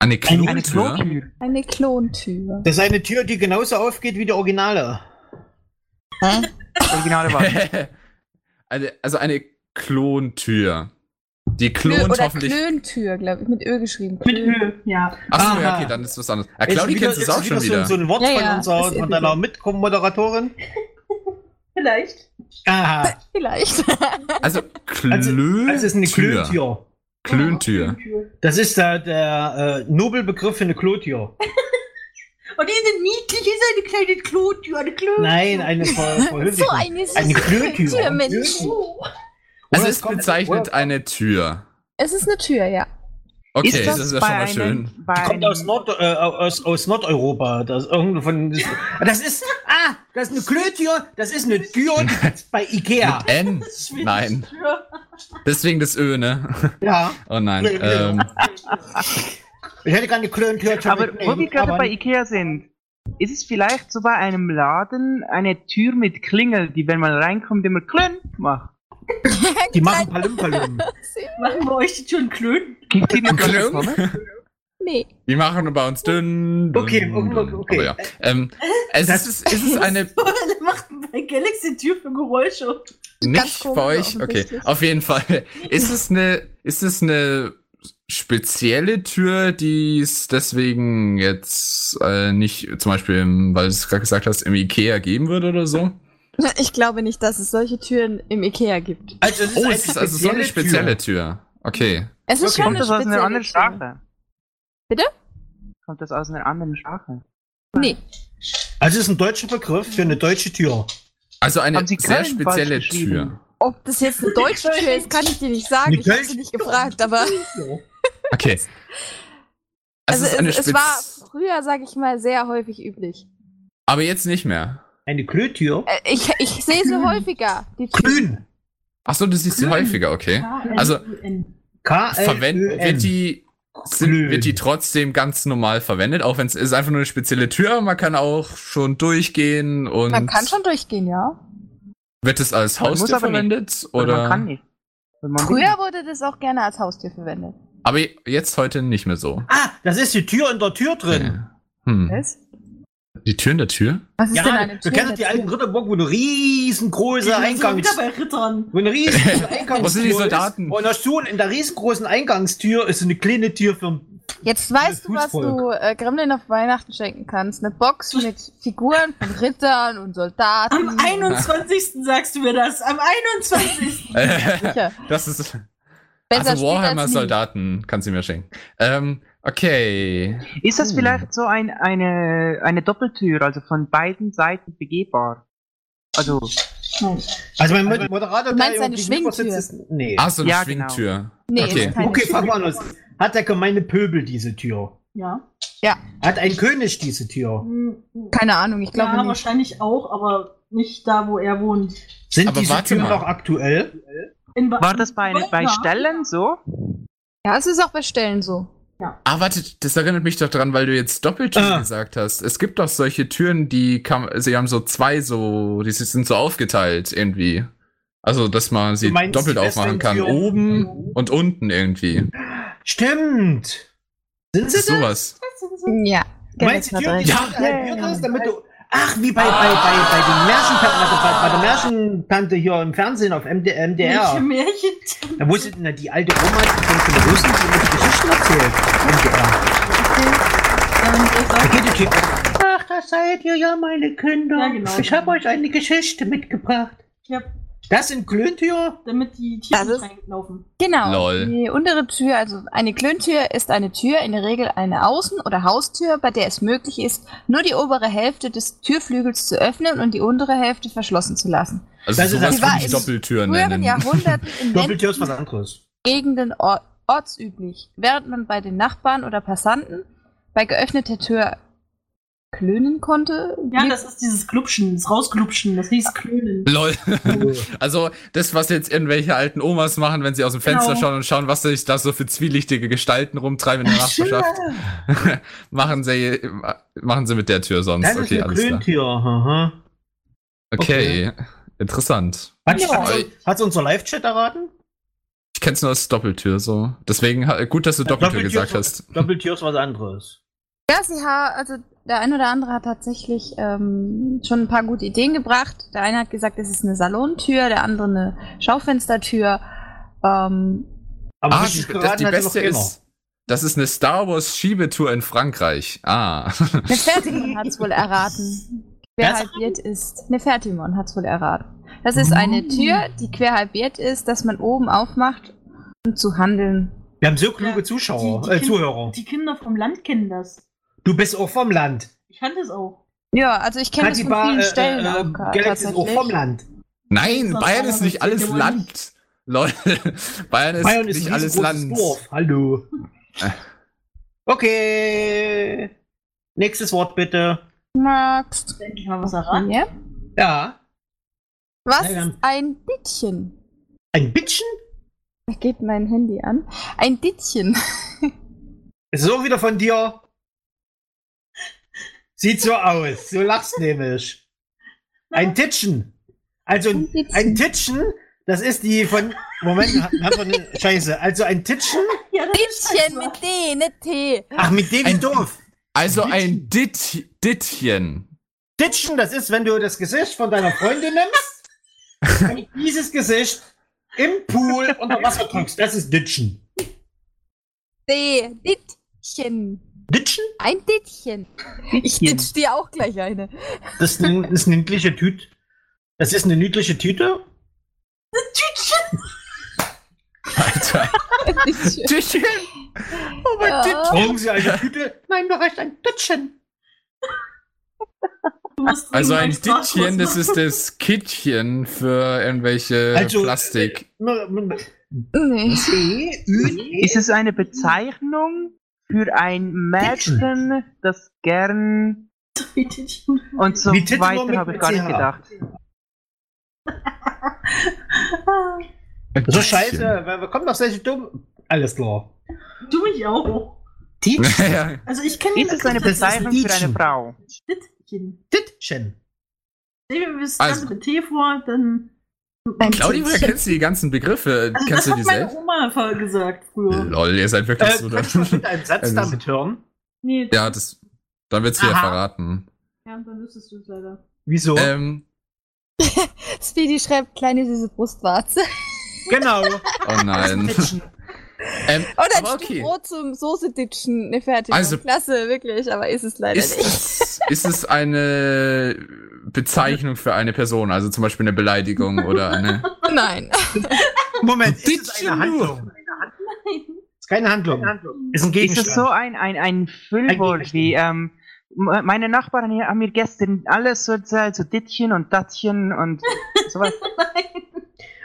Eine Klontür?
Eine Klotür.
Eine Klontür.
Das ist eine Tür, die genauso aufgeht wie die Originale.
Originale Wahl.
*laughs* eine, also eine Klontür. Die
Klö-
klont
oder
hoffentlich.
Klöntür, glaube ich, mit Ö geschrieben.
Mit
Klön.
Höhe, Äh, ja.
Achso, ja,
Aha.
okay, dann ist was anderes. Ah, Claudi
Ist wieder-
kennst es
jetzt
auch schon
so, ein-
wieder.
so ein Wort
Ja,
von,
ja,
unserer,
ist
von deiner
*laughs*
irgendwie.
Mitmoderatorin.
Vielleicht.
Aha,
Vielleicht.
also, Klö.
also es ist eine
Tür.
Klöntür.
Klöntür.
Das ist der, der äh, Nobelbegriff für eine Klotür.
*laughs* Und die sind niedlich, ist eine kleine Klotür, eine Klotür.
Nein,
*laughs*
eine
*laughs*
Ver
So
Verhöhnung.
eine süße
Eine Klötür.
Tür, Mensch.
Also
Oder
es
kommt-
bezeichnet
oder
eine Tür.
Es ist eine Tür, ja.
Okay,
Ist
das,
das,
ist ja
bei
schon mal
einem,
schön.
Bei
Kommt
einem-
aus, Nord äh, aus, aus Nordeuropa. Das, irgendwo
*laughs*
von, das ist. Ah, das ist eine Klötür, das ist eine Tür, die gibt's bei Ikea.
N?
*laughs*
Nein. Deswegen das Ö, ne?
Ja.
*laughs* Oh nein.
Nö, nö.
Ähm,
Ich hätte gerne eine Klöntür zu
Aber
mitnehmen,
wo wir gerade
aber-
bei Ikea sind, ist es vielleicht so bei einem Laden eine Tür mit Klingel, die, wenn man reinkommt, immer klönk macht?
Die machen Palim-Palim.
Machen wir euch die Türen *laughs* klönen?
*laughs*
Gibt hier noch was
Klönk?
bekommen?
Nee.
Die machen bei uns dünn. dünn,
Okay,
dünn.
okay, okay.
Aber ja. ähm, es,
Das-
ist, es ist
*laughs*
eine
Oder macht bei Galaxy Tür für Geräusche?
Nicht
komisch,
bei euch? Okay,
offensichtlich.
auf jeden Fall. Ist es eine, ist es eine spezielle Tür, die es deswegen jetzt äh, nicht zum Beispiel, im, weil du es gerade gesagt hast, im Ikea geben würde oder so?
Ich glaube nicht, dass es solche Türen im Ikea gibt.
Also, es
Oh,
eine
es ist also so eine spezielle Tür. Okay.
Es ist schon
Kommt
eine
das aus einer
spezielle
anderen
Tür.
Sprache?
Bitte?
Kommt das aus einer anderen Sprache?
Nee.
Tür. Also, es ist ein deutscher Begriff für eine deutsche Tür.
Also eine
Haben Sie
sehr
Köln
spezielle
falsch geschrieben?
Tür.
Ob das jetzt eine *laughs* deutsche Tür ist, kann ich dir nicht sagen.
Eine
Ich habe sie
deutsche
nicht gefragt, aber
Okay. Es
also
ist eine
es, es
Spez
war früher, sag ich mal, sehr häufig üblich.
aber jetzt nicht mehr.
Eine Klötür?
Äh, Ich, ich sehe sie häufiger. Die Tür.
Klün.
Ach so, du siehst sie häufiger, okay. Also-
k l
Verwendet wird die Sind,
Glühen.
wird die trotzdem ganz normal verwendet, auch wenn es ist einfach nur eine spezielle Tür, aber man kann auch schon durchgehen und
Man kann schon durchgehen, ja.
wird es als
Man muss
Haustür
aber nicht.
verwendet
Oder
oder
man kann nicht. Weil man will
Früher wurde das auch gerne als Haustür verwendet.
aber jetzt heute nicht mehr so.
Ah, das ist die Tür in der Tür drin.
Ja. Hm.
Was?
Die Tür in der Tür?
Was ist
Ja,
denn eine
du
Tür?
kennst doch die alten Ritterburg, wo eine riesengroße Eingang
wieder bei Rittern.
Wo eine riesengroße
*laughs*
Eingangstür
Wo sind die Soldaten?
Ist. Und da schon in der riesengroßen Eingangstür ist so eine kleine Tür für
Jetzt weißt du, was
Fußvolk.
du äh, Gremlin auf Weihnachten schenken kannst. Eine Box mit Figuren von Rittern und Soldaten.
Hm.
Am 21. sagst du mir das. Am 21.
Sicher.
*laughs* das ist
Besser spät
also
als
Warhammer
nie.
Soldaten kannst du mir schenken. Ähm, okay.
Ist das
Hm.
vielleicht so ein, eine, eine Doppeltür, also von beiden Seiten begehbar? Also,
Hm.
Also mein Mod- Moderator,
Du meinst
der
eine
gegenüber sitzt,
Schwingtür?
ist- Nee.
Ah, so eine
Ja, genau.
Schwingtür.
Nee,
Okay.
ist keine
Okay,
Tür.
frag mal los. Hat der gemeine Pöbel diese Tür?
Ja.
Hat ein König diese Tür?
Keine Ahnung, ich glaube
ja,
nicht.
wahrscheinlich auch, aber nicht da, wo er wohnt.
Sind
Aber
diese
warte
Türen
mal.
noch aktuell?
In Ba-
war das bei, bei
Ja.
Stellen so?
Ja, es ist auch bei Stellen so.
Ah, warte, das erinnert mich doch dran, weil du jetzt Doppeltüren
Ah.
gesagt hast. Es gibt doch solche Türen, die kann, sie haben so zwei so, die sind so aufgeteilt irgendwie. Also, dass man sie
Du meinst
doppelt
die Mhm.
aufmachen kann.
Western-Tür?
Oben und unten irgendwie.
Stimmt. Sind sie das?
Sowas.
Ja.
Du meinst die Tür, die
Ja.
ja. halbiert ist, damit du. Ach, wie bei, bei, bei, bei, den Märchen, bei, bei der Märchentante hier im Fernsehen auf MD,
Welche
MDR.
Märchen?
Da wusste na, die alte Oma die von von den Russen, die uns Geschichten äh, erzählt. MDR.
Ähm,
Da geht die Tür auf. Ach, da seid ihr ja, meine Kinder.
Ja, genau.
Ich habe euch eine Geschichte mitgebracht.
Ja.
Das sind Klöntür?
Damit die
Das
Tiere
ist-
reinlaufen.
Genau.
Lol.
Die untere Tür, also eine Klöntür, ist eine Tür, in der Regel eine Außen- oder Haustür, bei der es möglich ist, nur die obere Hälfte des Türflügels zu öffnen und die untere Hälfte verschlossen zu lassen.
Also,
Das ist
sowas
also-
würde
Die
ich
war
Doppeltüren
In früheren
nennen.
Jahrhunderten in
Doppeltür ist
ländlichen
was anderes.
Gegenden or ortsüblich, während man bei den Nachbarn oder Passanten bei geöffneter Tür klönen konnte.
Ja,
blieb-
das ist dieses Klubschen, das Rausklubschen, das hieß Klönen.
Lol. Also, das, was jetzt irgendwelche alten Omas machen, wenn sie aus dem Fenster
Genau.
schauen und schauen, was sich da so für zwielichtige Gestalten rumtreiben in der Nachbarschaft, *laughs* machen, sie, machen sie mit der Tür sonst.
Das
okay,
ist eine
alles klar.
Klöntür. Aha.
Okay, interessant.
Hat, hat's,
Oi.
hat's unser Live-Chat erraten?
Ich kenn's nur als Doppeltür so. Deswegen ha- gut, dass du Doppeltür gesagt hast.
Doppeltür ist was anderes.
Ja, sie ha also der ein oder andere hat tatsächlich ähm, schon ein paar gute Ideen gebracht. Der eine hat gesagt, es ist eine Salontür, der andere eine Schaufenstertür. Ähm,
Aber
Ah, die,
richtig
das, die
hat sie
beste
noch keiner.
ist, das ist eine Star Wars Schiebetour in Frankreich. Ah. *laughs*
eine Fertimon hat's wohl erraten. Quer
*laughs* Was?
halbiert ist. Eine Fertimon hat's wohl erraten.
Mm.
Das ist eine Tür, die quer halbiert ist, dass man oben aufmacht, um zu handeln.
Wir haben so kluge Zuschauer,
Die- die
äh,
Kin-
Zuhörer.
Die Kinder vom Land kennen das.
Du bist auch vom Land.
Ich kannte es auch.
Ja, also ich kenne das von
Katiba,
vielen
äh,
Stellen
äh,
auch
äh,
gerade
Galaxy ist auch vom
tatsächlich.
Land.
Nein,
Das
Bayern
war
ist nicht
aber
alles
sicher
Land. Leute, *laughs* Bayern ist,
Bayern ist
nicht
ein
alles
alles
Land.
Dorf. Hallo.
Äh.
*laughs* Okay. Nächstes Wort bitte.
Magst
Endlich mal was
du
erraten.
mir?
Ja.
Was
Nein, wir
ist
haben-
ein Dittchen?
Ein Bitchen?
Da geht mein Handy an. Ein Dittchen.
Ist es auch wieder von dir? Sieht so aus. So lachst nämlich. Ein Titschen. Also
Ein
ein,
Titschen.
ein Titschen, das ist die von. Moment, ha- haben wir eine Scheiße. Also ein Titschen.
Ja, das ist
Dittchen
scheiße.
mit D, nicht T.
Ach, mit dem
Ein-
Dorf.
Also ein Ditt, Dittchen.
Ditchen, das ist, wenn du das Gesicht von deiner Freundin nimmst
*laughs*
und dieses Gesicht im Pool unter Wasser drückst. Das ist Ditchen.
D. Dittchen.
Ditchen?
Ein Dittchen. Ich ditch dir auch gleich eine.
Das ist eine, ist eine niedliche Tüte. Das ist eine niedliche Tüte.
Alter.
Dittchen.
Dittchen?
Oh mein Dittchen.
Brauchen Sie eine Tüte? Nein, doch reicht ein Ditchen.
Du musst
*laughs*
dringend
Also ein
einen
Dittchen, das
Sprachkurs
ist das Kittchen für irgendwelche
Also,
Plastik.
Nee.
Ist es eine Bezeichnung für ein Mädchen, das gern
machen. Dittchen. *laughs*
und so
Wie Titten nur mit
weiter habe ich gar nicht
CH.
gedacht.
äh, So scheiße, weil wir kommen doch solche dumm. Alles klar.
Du mich auch.
*laughs*
Ditchen.
ja,
Also ich kenne
Ist es eine
Das ist ein
Bezeichnung für eine
Dittchen.
Frau?
Dittchen.
Ditchen.
Nehmen wir das
Also-
also. mit T vor, dann.
Ein
Claudia, woher
Dittchen.
kennst du die ganzen Begriffe?
Also
kennst
das
du
*laughs*
*laughs* hat
die
meine
selbst?
Oma voll gesagt früher.
Lol, ihr seid wirklich
Äh, *laughs*
so
kann ich mal
da.
bitte einen Satz
Also-
damit hören?
Nee,
Ja, das, dann wird's hier
Aha.
verraten.
ja, dann wüsstest du es leider.
Wieso?
Ähm,
Speedy schreibt kleine süße Brustwarze.
genau.
oh nein.
Ditchen.
ähm,
Oder ein
aber
Stück
okay.
Brot zum Soße ditchen. Ne, fertig.
Also-
Klasse, wirklich, aber ist es leider
Ist
nicht.
es, ist es eine Bezeichnung für eine Person? Also zum Beispiel eine Beleidigung oder eine.
Oh Nein.
Moment, ist es
Ditchen
eine
nur.
Handlung? Ist keine Handlung. Ist ein
Ist
Gegenstand.
es so ein, ein, ein Füllwort
Gegenstand.
wie, ähm, me- meine Nachbarn hier haben mir gestern alles so erzählt, so Dittchen und Dattchen und sowas.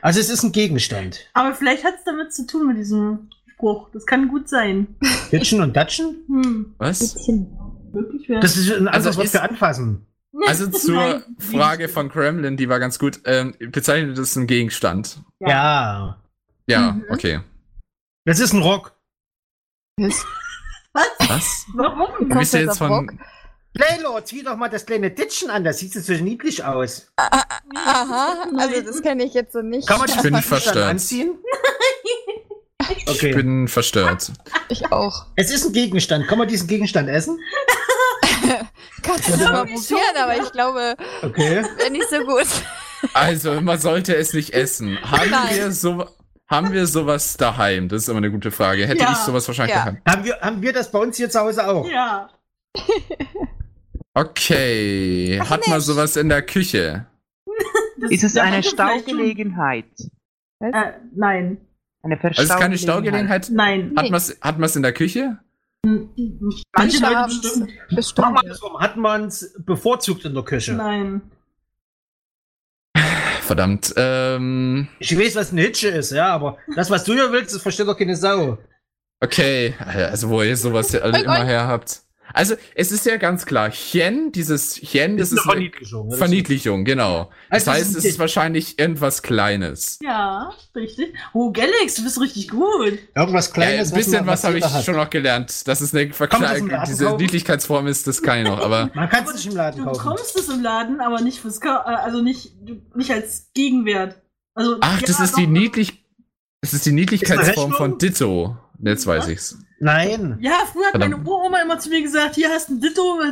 Also es ist ein Gegenstand.
Aber vielleicht hat es damit zu tun mit diesem Spruch. Das kann gut sein. *laughs*
Ditchen und Datschen?
Hm,
Was?
wirklich wäre.
Das ist ein anderes
Also
Wort
ist-
für anfassen.
Also zur Frage von Kremlin, die war ganz gut. Ähm, bezeichnet es einen Gegenstand.
Ja.
Ja.
Ja, okay.
Das ist ein Rock.
Was?
Warum?
Du bist ja jetzt
auf Rock?
von.
Laylo, zieh doch mal das kleine Ditchen an, das sieht so niedlich aus.
Aha, also das kenne ich jetzt so nicht.
Kann man
Ich
das
bin
mal nicht
verstört.
dann anziehen?
Ich
Okay.
bin verstört.
Ich auch.
Es ist ein Gegenstand. Kann man diesen Gegenstand essen?
Kannst du mal probieren, aber ich glaube,
Okay.
wäre nicht so gut.
Also, man sollte es nicht essen. Haben
Nein.
wir so. Haben wir sowas daheim? Das ist immer eine gute Frage. Hätte
Ja.
ich sowas wahrscheinlich
Ja.
daheim.
Haben wir, haben wir das bei uns hier zu Hause auch?
Ja.
Okay. Hat man sowas in der Küche?
Das-
Ist es
da
eine
könnte vielleicht
Staugelegenheit?
schon- Äh, nein.
Eine
Also, es ist keine
Verstaugelegenheit?
Staugelegenheit.
Nein.
Hat man's, hat man's in der Küche?
Manche Leute
Abends.
bestimmt.
Machen
Bestimmt.
wir das rum. Hat man es bevorzugt in der Küche?
Nein.
Verdammt. Ähm,
Ich weiß, was eine Hitsche ist, ja, aber das, was du hier willst, das versteht doch keine Sau.
okay. Also, wo ihr sowas ja alle immer her habt. Also, es ist ja ganz klar. Chen, dieses Chen, das ist eine
Verniedlichung.
Verniedlichung, genau. Das
Also, es
heißt,
ist ein
es ist
Tipp.
wahrscheinlich irgendwas Kleines.
Ja, richtig. Oh, Galax, du bist richtig gut.
Irgendwas Kleines.
ja, ein bisschen
man-
was habe ich
jeder hat.
schon noch gelernt. Das ist eine
das im
Verkleidung.
Laden
Diese
kaufen?
Niedlichkeitsform ist, das kann ich noch,
*laughs*
aber
Man kann es nicht im Laden
Du
kaufen.
bekommst es im Laden, aber nicht fürs Ka äh, also nicht, du- nicht als Gegenwert. Also,
ach,
ja,
das ist
doch.
die niedlich das ist die Niedlichkeitsform
Ist eine
von Ditto. Jetzt weiß ich's. *laughs*
Nein.
Ja, früher hat meine
Verdammt.
Uroma immer zu mir gesagt, hier hast du ein Ditto. weil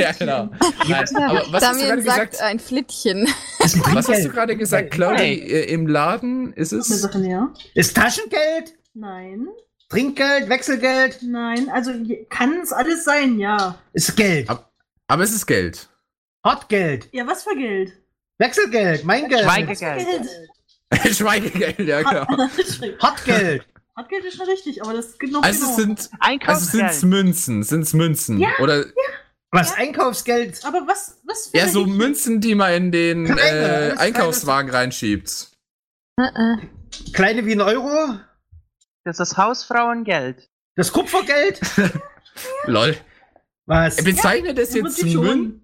*laughs* ja, genau. Nein, aber was hast du
Damien
gerade
sagt
gesagt?
ein Flittchen.
Ist ein
Was hast du
Trinkgeld.
gerade gesagt, Claudi? Äh, Im Laden ist
Mir
es?
sagt man, ja.
Ist Taschengeld?
Nein,
Trinkgeld? Wechselgeld?
nein, also je- kann es alles sein, ja.
Ist Geld.
Ab- Aber es ist Geld. *laughs*
Hartgeld.
Ja, was für Geld?
Wechselgeld. Mein Geld.
Schweigegeld.
Geld. ah,
Schweigegeld, ja, genau.
*laughs* Schreck.
Hartgeld.
Hartgeld ist schon richtig, aber das geht noch
Also es
genau.
sind, also es
Einkaufsgeld.
sind's Münzen, sind's Münzen.
Ja.
Oder
Was Einkaufsgeld?
Aber was, was für
ja,
eine
so
Geschichte?
Münzen, die man in den
Kleine,
äh,
alles
Einkaufswagen reinschiebt.
Kleine wie ein Euro?
Das ist das Hausfrauengeld.
Das Kupfergeld?
Lol.
Was?
Äh, Bezeichnet es
Im
jetzt
Prinzip schon.
Münzen?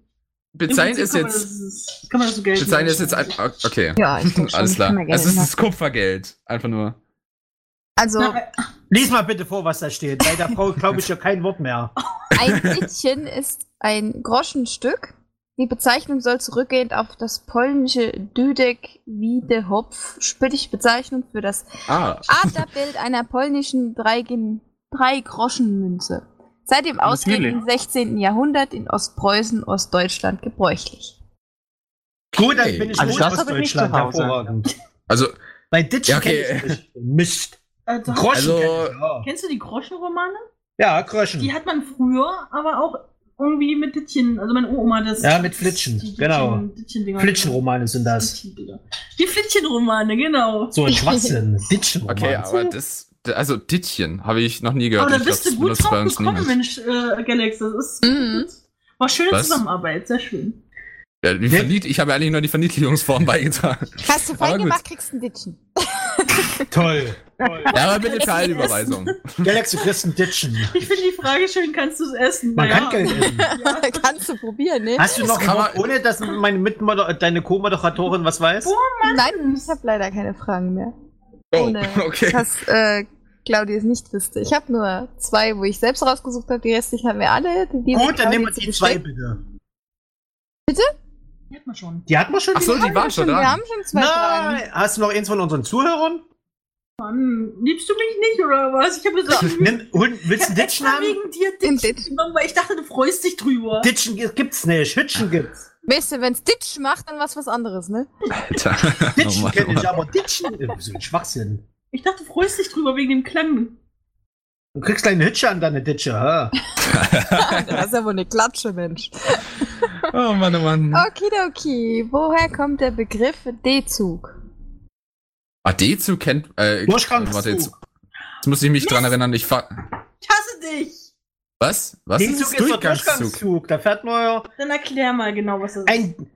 Im
Bezeichnet es
Prinzip kann man
jetzt,
Das, kann man das so Geld
bezeichnet es
nennen.
jetzt einfach, okay. Hm,
Ja, ich denk schon,
Alles
das
klar.
kann man gerne
Also es
machen.
ist Kupfergeld. Einfach nur.
Also
Na,
Lies mal bitte vor, was da steht. Bei der Frau glaube ich ja kein Wort mehr.
ein Littchen ist ein Groschenstück. Die Bezeichnung soll zurückgehend auf das polnische Dudek wie de Hopf, spittig Bezeichnung für das
Ah.
Adlerbild einer polnischen Dreigin- Drei-Groschen-Münze. Seit dem ausgehenden 16. Jahrhundert in Ostpreußen, Ostdeutschland gebräuchlich.
Gut, dann bin ich
Also
also
das hab ich nicht
Ostdeutschland
zu Hause.
hervorragend.
Also,
Bei Ditch
Ja, okay.
kenn ich nicht. Mist.
also,
Groschen
Also-
kenn ich,
Kennst du die Groschenromane?
ja. ja, Groschen.
Die hat man früher, aber auch irgendwie mit Dittchen. Also meine Oma hat das.
Ja, mit Flitschen, genau.
Dittchen-Dinger.
Flitschenromane sind das.
Dittchen-Dinger. Die Flittchenromane, genau.
So ein
*laughs*
Schwachsinn.
Oh
Ditschenromane.
okay, aber das, also Dittchen habe ich noch nie gehört.
aber da
Ich
bist
glaub,
du gut
das benutzt
drauf gekommen,
niemand.
Mensch, äh, Galax. Das ist.
Mhm.
War schöne
Was?
Zusammenarbeit, sehr schön.
Ja, die vernied, ich habe eigentlich nur die
*laughs*
Verniedlichungsform beigetragen.
Hast du
Aber
fein
gut.
gemacht, kriegst ein *laughs* Dittchen.
Toll.
*laughs*
Ja, aber bitte Teilüberweisung.
Galaxy Christen Ditschen.
Ich finde die Frage schön, kannst du es essen?
Man
Naja.
kann Geld essen.
Kannst du probieren, ne?
Hast du noch ein
kann
Wort,
man-
ohne dass meine Mitmoder deine Co-Moderatorin was weiß?
Nein, ich habe leider keine Fragen mehr.
Oh,
Ohne.
*laughs*
okay.
Dass äh, Claudia es nicht wüsste. Ich habe nur zwei, wo ich selbst rausgesucht habe. Die restlichen haben wir alle. Die, die
Gut, dann
Claudia
nehmen wir die zwei
zugeschickt.
bitte.
Die hat man schon.
Die hatten wir schon.
Ach so, die war schon
Wir
dran.
haben schon zwei Fragen.
Nein, hast du noch eins von unseren Zuhörern?
Mann, Hm, liebst du mich nicht oder was? Ich habe
*laughs*
gesagt,
Nimm, hol, willst du einen Ditschen
extra
haben?
wegen dir
Den
Dittchen
Ditch.
genommen, weil ich dachte, du freust dich drüber.
Ditschen gi- gibt's nicht,
*laughs*
Hütschen gibt's.
Weißt du, wenn's Ditch macht, dann was was anderes,
*laughs*
ne?
Alter.
Ditschen
Oh Mann,
kenn
oh
ich,
Mann.
aber Ditschen. äh, So ein Schwachsinn.
Ich dachte, du freust dich drüber wegen dem Klang.
Du kriegst deine Hütsche an deine Ditsche, ha?
Das ist ja wohl eine Klatsche, Mensch.
Oh Mann, oh
Mhm.
Mann.
Okidoki, woher kommt der Begriff D-Zug?
Ah, Dezu kennt. Äh,
Durchgangszug.
warte, jetzt, jetzt muss ich mich dran erinnern. Ich fahr.
Ich hasse dich!
Was? Was
Den
ist
Zug
das
ist doch
Durchgangszug?
Durchgangszug. Da fährt nur
Dann erklär mal genau, was das ist.
ein.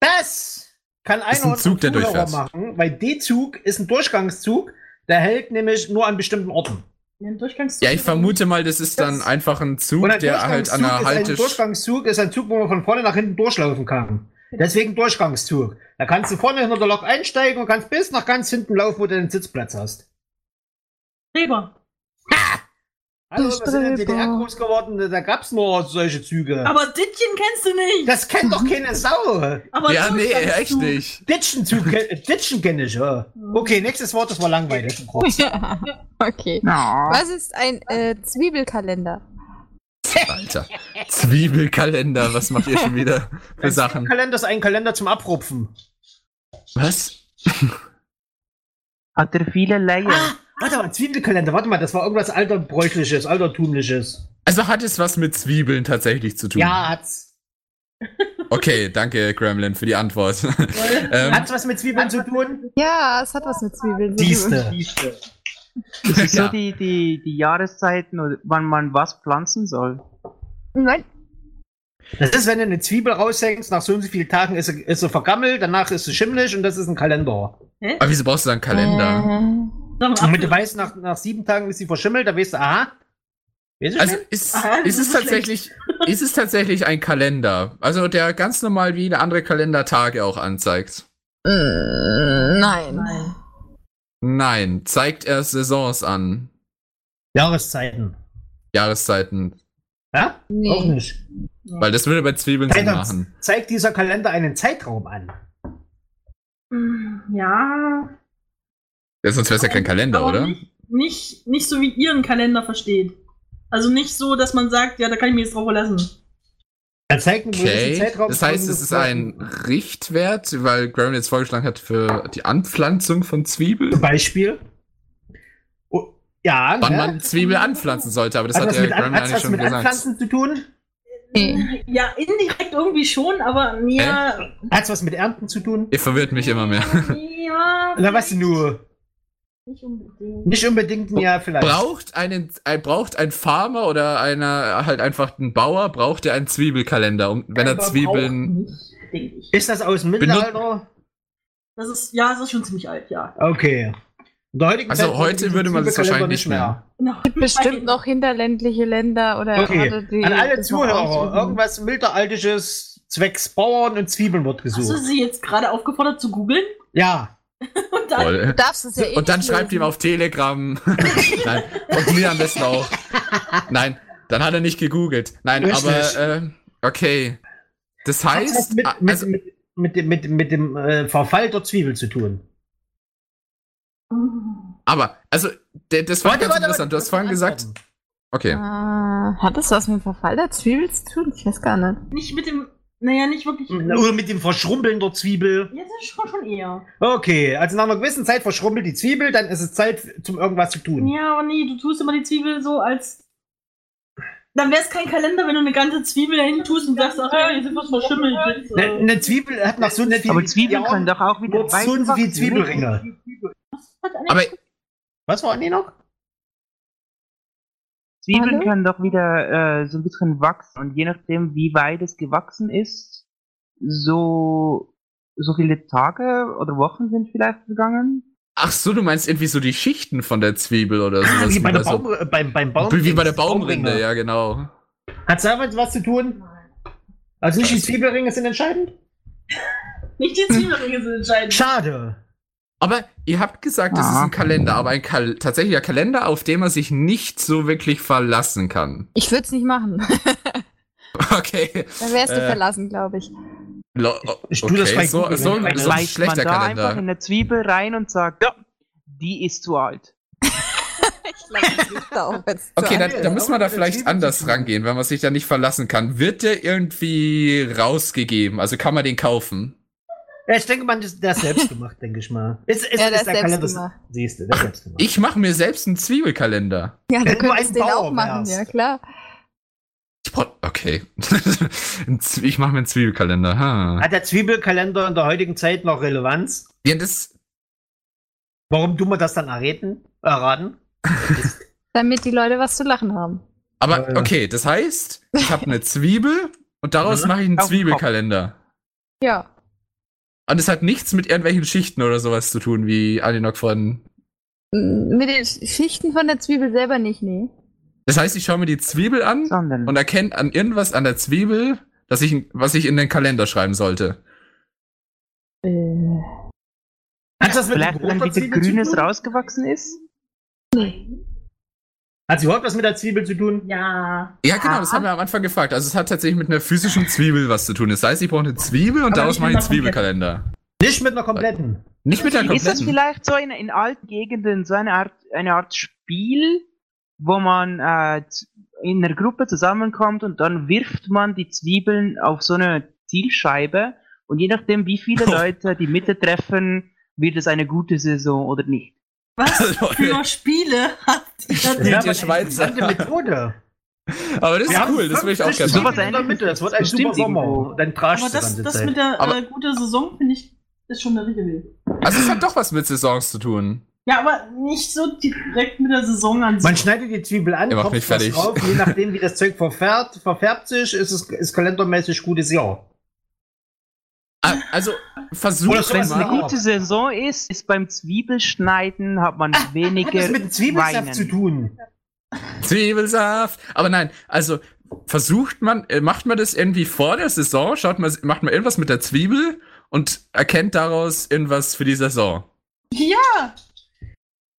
Das kann einer
Ist ein
unserer
Zug, der
Zuhörer
durchfährt.
machen, weil D-Zug ist ein Durchgangszug, der hält nämlich nur an bestimmten Orten.
Ja, ein Durchgangszug.
Ja, ich vermute mal, das ist dann einfach ein Zug,
Und ein
der halt an
Durchgangszug
der
ist ein
Halte.
Durchgangszug ist ein Zug, wo man von vorne nach hinten durchlaufen kann. Deswegen Durchgangszug. Da kannst du vorne hinter der Lok einsteigen und kannst bis nach ganz hinten laufen, wo du den Sitzplatz hast.
Streber.
Hallo, wir sind in der
Bestreber.
DDR groß geworden, da gab's nur solche Züge.
Aber Dittchen kennst du nicht!
das kennt doch keine Sau.
Aber
Ja, nee,
Durchgangszug.
echt nicht.
Ditschenzug, äh, Ditschen kenne ich, ja. Okay, nächstes Wort, das war langweilig.
Okay. Was ist ein äh, Zwiebelkalender?
Alter. Zwiebelkalender, was macht ihr schon
*laughs*
wieder für
Ein
Sachen?
Kalender ist ein Kalender zum Abrupfen.
Was?
Hat er viele Layer.
Ah, warte mal, Zwiebelkalender, warte mal, das war irgendwas alterbräuchliches, altertumliches.
Also hat es was mit Zwiebeln tatsächlich zu tun?
Ja, hat's.
Okay, danke, Gremlin, für die Antwort. *laughs* ähm,
Hat's was mit Zwiebeln zu tun?
Ja, es hat was mit Zwiebeln zu tun.
Dieste.
Das ist
ja.
so die, die, die Jahreszeiten, oder wann man was pflanzen soll.
Nein,
Das ist, wenn du eine Zwiebel raushängst, nach so und so vielen Tagen ist sie, ist sie vergammelt, danach ist sie schimmelig und das ist ein Kalender.
Aber wieso brauchst du dann einen Kalender?
Oh.
Sag mal,
Und wenn du weißt, nach, nach sieben Tagen ist sie verschimmelt, dann weißt du, aha. Weißt du
Also
schon?
ist,
Aha,
ist es
das ist schlecht.
tatsächlich, ist es tatsächlich ein Kalender? Also der ganz normal wie eine andere Kalendertage auch anzeigt.
Äh, nein.
Nein.
Nein, zeigt er Saisons an.
Jahreszeiten.
Jahreszeiten.
Ja?
Nee.
Auch nicht.
Weil das würde bei Zwiebeln Sinn
Alter,
machen.
zeigt dieser Kalender einen Zeitraum an?
Mm, Ja.
Ja, sonst wäre es ja kein Kalender,
aber
oder?
Nicht, nicht, nicht so, wie ihr einen Kalender versteht. Also nicht so, dass man sagt, ja, da kann ich mich jetzt drauf verlassen.
Er zeigt einen gewissen
Okay.
Zeitraum.
Das heißt, es ist ein Richtwert, weil Graham jetzt vorgeschlagen hat für die Anpflanzung von Zwiebeln.
Zum Beispiel. Oh, ja,
Wann
ne?
man Zwiebel anpflanzen sollte, aber das
hat
hat
was
ja
mit, an,
Graham
hat's
eigentlich
was
schon
mit
gesagt.
Anpflanzen zu tun?
Ja, indirekt irgendwie schon, aber ja.
Hat's was mit Ernten zu tun?
Ihr verwirrt mich immer mehr.
Ja.
Na, was denn nur?
Nicht unbedingt.
Nicht unbedingt, ja, vielleicht.
Braucht einen, ein, braucht ein Farmer oder einer halt einfach ein Bauer, braucht er einen Zwiebelkalender, um, wenn er
Aber
Zwiebeln.
braucht nicht, Denke ich.
Ist das aus dem Mittelalter?
Das ist, ja, das ist schon ziemlich alt, ja.
Okay. In der heutigen
Also
Zeit
heute
diesen
würde man es
Zwiebelkalender
wahrscheinlich nicht mehr.
Genau.
Bestimmt noch hinterländliche Länder oder
also
Orte,
Okay.
die
An alle
das noch
Zuhörer,
ausüben.
irgendwas mittelaltisches zwecks Bauern und Zwiebeln wird
Hast du
gesucht.
sie jetzt gerade aufgefordert zu googeln?
Ja.
Und dann,
Voll.
Du darfst es ja eh
Und dann
nicht
schreibt ihm
lesen.
auf Telegram. *laughs* Nein. Und mir am besten auch. Nein, dann hat er nicht gegoogelt. Nein,
Richtig.
aber äh, okay. Das heißt,
mit, mit,
also,
mit, mit, dem- mit, mit dem äh, Verfall der Zwiebel zu tun.
aber, also, der, das war ganz interessant. Du hast vorhin gesagt, okay.
Ah, hat das was mit dem Verfall der Zwiebel zu tun? Ich weiß gar nicht.
nicht mit dem, naja, nicht wirklich.
Oder mit dem Verschrumpeln der Zwiebel.
Jetzt ist schon, schon eher.
Okay, also nach einer gewissen Zeit verschrumpelt die Zwiebel, dann ist es Zeit, zum irgendwas zu tun.
Ja, aber nee, du tust immer die Zwiebel so als. Dann wäre es kein Kalender, wenn du eine ganze Zwiebel dahin tust und sagst, ach ja, jetzt ist was verschimmelt. Jetzt,
Eine,
äh,
Ne, eine Zwiebel hat nach so einer
Aber Zwiebeln
Jahren
können doch auch wieder
nur so und so
wachsen.
viele Zwiebelringe.
hat eine-
Aber
Was war Annie noch?
Zwiebeln
Hallo?
können doch wieder äh, so ein bisschen wachsen und je nachdem, wie weit es gewachsen ist, so, so viele Tage oder Wochen sind vielleicht vergangen.
Ach so, du meinst irgendwie so die Schichten von der Zwiebel oder sowas.
Wie bei der,
oder so.
Baum, äh, beim, beim Baum,
Also, Wie bei der Baumrinde, ja, genau.
Hat es damit was zu tun? Also nicht die Zwiebelringe sind entscheidend?
nicht die Zwiebelringe sind entscheidend.
Schade.
Aber ihr habt gesagt, das
Ja.
Ah.
ist ein Kalender, aber ein Kal tatsächlicher Kalender, auf den man sich nicht so wirklich verlassen kann. *laughs*
Ich würde es nicht machen. *laughs*
Okay.
Dann wärst du
Äh.
verlassen, glaube ich.
Lo
Ich tu
okay.
das bei
so,
Google,
so,
wenn ich
ein-
meine-
so ein
Beißt man
schlechter
da einfach
Kalender.
in eine Zwiebel rein und sagt, ja, die ist zu alt.
Ich glaube, das liegt da auch jetzt.
Okay,
dran.
dann, dann müssen wir da vielleicht anders rangehen, wenn man sich da nicht verlassen kann. Wird der irgendwie rausgegeben? Also kann man den kaufen?
Ja, ich denke, man ist der ist selbst gemacht, *laughs* denke ich mal. Ist, ist,
Ja, der ist selbst
Kalender-
gemacht.
Siehst du, der ist selbst gemacht.
Ich mache mir selbst einen Zwiebelkalender.
Ja,
Wenn
du
du
könntest
ein
den
Bauer
auch machen,
wärst.
ja klar.
Ich bra- Okay. *laughs* Ein Zwie- ich mache mir einen Zwiebelkalender. Ha.
Hat der Zwiebelkalender in der heutigen Zeit noch Relevanz?
Ja, das,
Warum tun wir das dann erraten? erraten?
Damit die Leute was zu lachen haben.
aber
Ja, ja.
okay, das heißt, ich habe eine Zwiebel und daraus
Mhm.
mache ich einen
Auf den Kopf.
Zwiebelkalender.
Ja.
Und es hat nichts mit irgendwelchen Schichten oder sowas zu tun, wie Alinok von.
M- Mit den Schichten von der Zwiebel selber nicht, nee.
Das heißt, ich schaue mir die Zwiebel an
Sondern
und erkenne an irgendwas an der Zwiebel, dass ich, was ich in den Kalender schreiben sollte.
Äh,
Hat das mit dem
vielleicht,
Geruch
wenn
der
wieder
Zwiebel zu
Grünes
tun?
rausgewachsen ist.
Hat sie überhaupt was mit der Zwiebel zu tun?
Ja.
Ja, genau, das haben wir am Anfang gefragt. Also es hat tatsächlich mit einer physischen Zwiebel was zu tun. Das heißt, ich brauche eine Zwiebel und
Aber
daraus
nicht
mache ich einen
mit einer
Zwiebelkalender.
Nicht mit einer kompletten.
Nicht mit einer
Ist das
kompletten.
vielleicht so in, in alten Gegenden so eine Art, eine Art Spiel, wo man äh, z- in einer Gruppe zusammenkommt und dann wirft man die Zwiebeln auf so eine Zielscheibe und je nachdem,
*laughs*
wie viele Leute die Mitte treffen, wird es eine gute Saison oder nicht.
*laughs*
Was
Leute,
für Spiele hat die da
Spielt
Ja,
ihr
aber eine
Schweizer?
interessante Methode.
Aber das
Wir
ist
haben
cool, das will ich auch
50
gerne
Sowas
machen.
Zwiebeln in der Mitte, das wird ein
Bestimmt
super Sommer.
irgendwo.
Dann trash
Aber das, das mit der
Aber-
äh, gute Saison finde ich ist schon der Regel.
Also es hat doch was mit Saisons zu tun.
Ja, aber nicht so direkt mit der Saison an
Man
sich.
schneidet die Zwiebel an,
Ihr macht
tropft
mich
was
fertig.
drauf, je nachdem wie das Zeug verfärbt, verfärbt sich, ist es ist kalendermäßig gutes Jahr.
Ah, Also
Oder
versucht
sowas in
Wenn
der
eine
mal.
Art.
gute Saison ist, ist beim Zwiebelschneiden
*laughs*
hat man
Hat das
weniger
mit dem Zwiebelsaft
Weinen.
zu tun?
Zwiebelsaft. Aber nein, also versucht man, äh, macht man das irgendwie vor der Saison, schaut man, macht man irgendwas mit der Zwiebel und erkennt daraus irgendwas für die Saison.
Ja,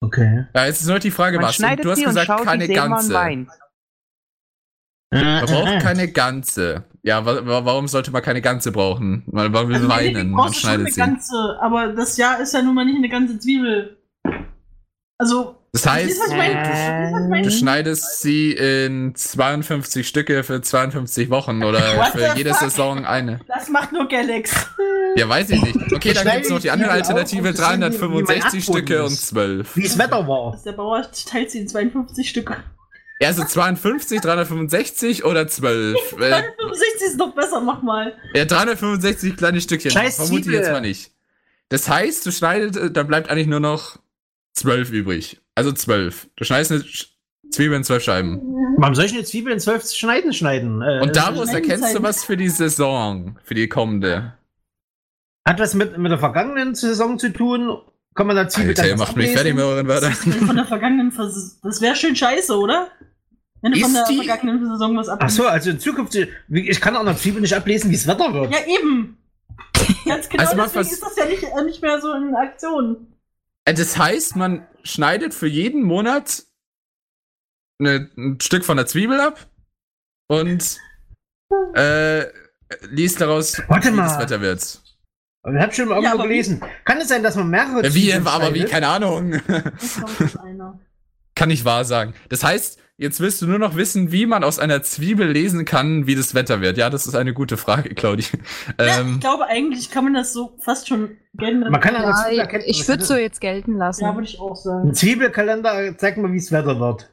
Okay.
Ja, jetzt ist nur die Frage,
Man
was.
schneidet
Du hast
sie und
gesagt,
schaut,
keine
wie sehr man
ganze. Man
weint.
braucht keine ganze. Ja, wa wa warum sollte man keine ganze brauchen? Man, man will
also nee,
weinen,
die
man
brauchst du schon
schneidet
eine
sie.
ganze, aber das Jahr ist ja nun mal nicht eine ganze Zwiebel. Also,
Das heißt,
Verstehst du, *laughs* was ich meine? Verstehst du, was ich meine?
du schneidest sie in 52 Stücke für 52 Wochen oder
*laughs* What
für
the
jede
fuck?
Saison eine.
Das macht nur Galax. *laughs*
Ja, weiß ich nicht. Okay,
Ich
dann
schneide
gibt's noch
die
die andere
Zwiebel auf
Alternative,
und das sind
365
die, die mein Abboden
Stücke
ist.
und 12.
Wie das Wetter war.
Der Bauer teilt sie in 52 Stücke.
Ja, also 52, 365 oder
*laughs*
12. äh,
365 ist noch besser, mach mal.
ja, 365 kleine Stückchen.
Scheiß
Vermute ich
Zwiebel.
jetzt mal nicht. Das heißt, du schneidest, äh, dann bleibt eigentlich nur noch zwölf übrig. Also zwölf. Du schneidest eine Sch- Zwiebel in zwölf Scheiben.
Warum soll ich eine Zwiebel in zwölf Schneiden schneiden? Äh,
Und daraus
Schneiden
erkennst du
zeigen.
was für die Saison, für die kommende.
hat was mit, mit der vergangenen Saison zu tun? Kann man da Zwiebel
Alter,
dann
ihr
was
macht mich
ablesen?
fertig mit euren Wörtern.
Von der vergangenen Vers Das wäre schön scheiße, oder? Wenn du von
Ist
der
die-
vergangenen Saison was ab.
Ach so, also in Zukunft, wie- ich kann auch noch Zwiebel nicht ablesen, wie es Wetter wird.
Ja, eben. Ganz genau,
Also mal
deswegen
vers-
ist das ja nicht, äh, nicht mehr so in Aktion.
Äh, Das heißt, man schneidet für jeden Monat ne- ein Stück von der Zwiebel ab und äh, liest daraus,
Warte
wie
mal.
das Wetter wird.
Aber Ich habe schon mal irgendwo
aber wie-
gelesen. Kann es sein, dass man mehrere
Äh, Wie,
Zwiebeln
aber wie,
schneidet?
keine Ahnung.
Jetzt kommt jetzt einer.
kann nicht wahr sagen. Das heißt, jetzt willst du nur noch wissen, wie man aus einer Zwiebel lesen kann, wie das Wetter wird. Ja, das ist eine gute Frage, Claudi.
Ja, ich
Ähm,
glaube, eigentlich kann man das so fast schon gerne.
Man ne? kann an der Zwiebel
Ja,
erkennen,
ich
was
würde
es
so
ist.
jetzt gelten lassen.
ja, würde ich auch sagen.
Ein Zwiebelkalender zeigt mal, wie es Wetter wird.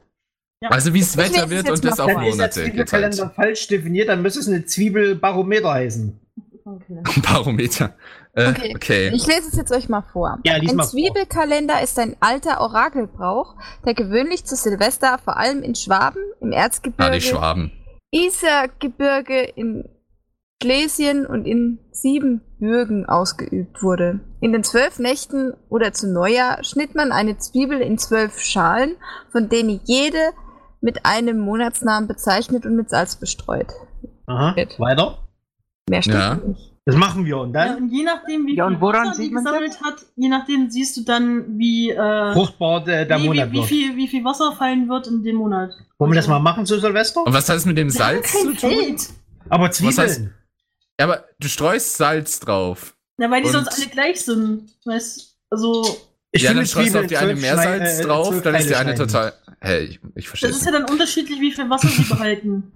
also wie das
lese
Wetter
es
wird
jetzt
und das
mal
auf
vor.
Wenn dieser
Monate geteilt.
Zwiebelkalender falsch definiert, dann müsste es eine Zwiebelbarometer heißen.
Okay.
*laughs* Barometer. Äh,
Okay.
okay.
Ich lese es jetzt euch mal vor.
Ja, lies
ein
mal vor.
Zwiebelkalender ist ein alter Orakelbrauch, der gewöhnlich zu Silvester vor allem in Schwaben, im
Na, Ah, die
Erzgebirge,
Schwaben.
Isargebirge, in Schlesien und in Siebenbürgen ausgeübt wurde. In den zwölf Nächten oder zu Neujahr schnitt man eine Zwiebel in zwölf Schalen, von denen jede mit einem Monatsnamen bezeichnet und mit Salz bestreut.
Aha,
Gut.
weiter.
Mehr steht
Ja.
nicht.
Das machen wir und
Ja,
dann
und je nachdem, wie
Ja, und
viel
woran
Wasser die
sieht man
gesammelt hat, je nachdem siehst du dann, wie, äh,
fruchtbar äh, der
wie,
Monat
wie, wie,
wird.
viel, wie viel Wasser fallen wird in dem Monat.
Wollen wir das mal machen zu Silvester?
Und was hat es mit dem
*laughs*
Salz zu tun?
Kein Feld.
Aber Zwiebeln.
heißt- Ja, aber du streust Salz drauf.
Na, weil die
Und-
sonst alle gleich sind. Weißt also,
Ich
ja,
finde
dann streust du auf
Zwiebeln
die eine
zwölf
mehr Salz
Schneid- äh,
drauf,
zwölf
dann ist die
Teile
eine
schneiden.
total. Hey, ich, ich verstehe
das
es
ist
nicht.
ja dann unterschiedlich, wie
*laughs*
viel Wasser sie behalten.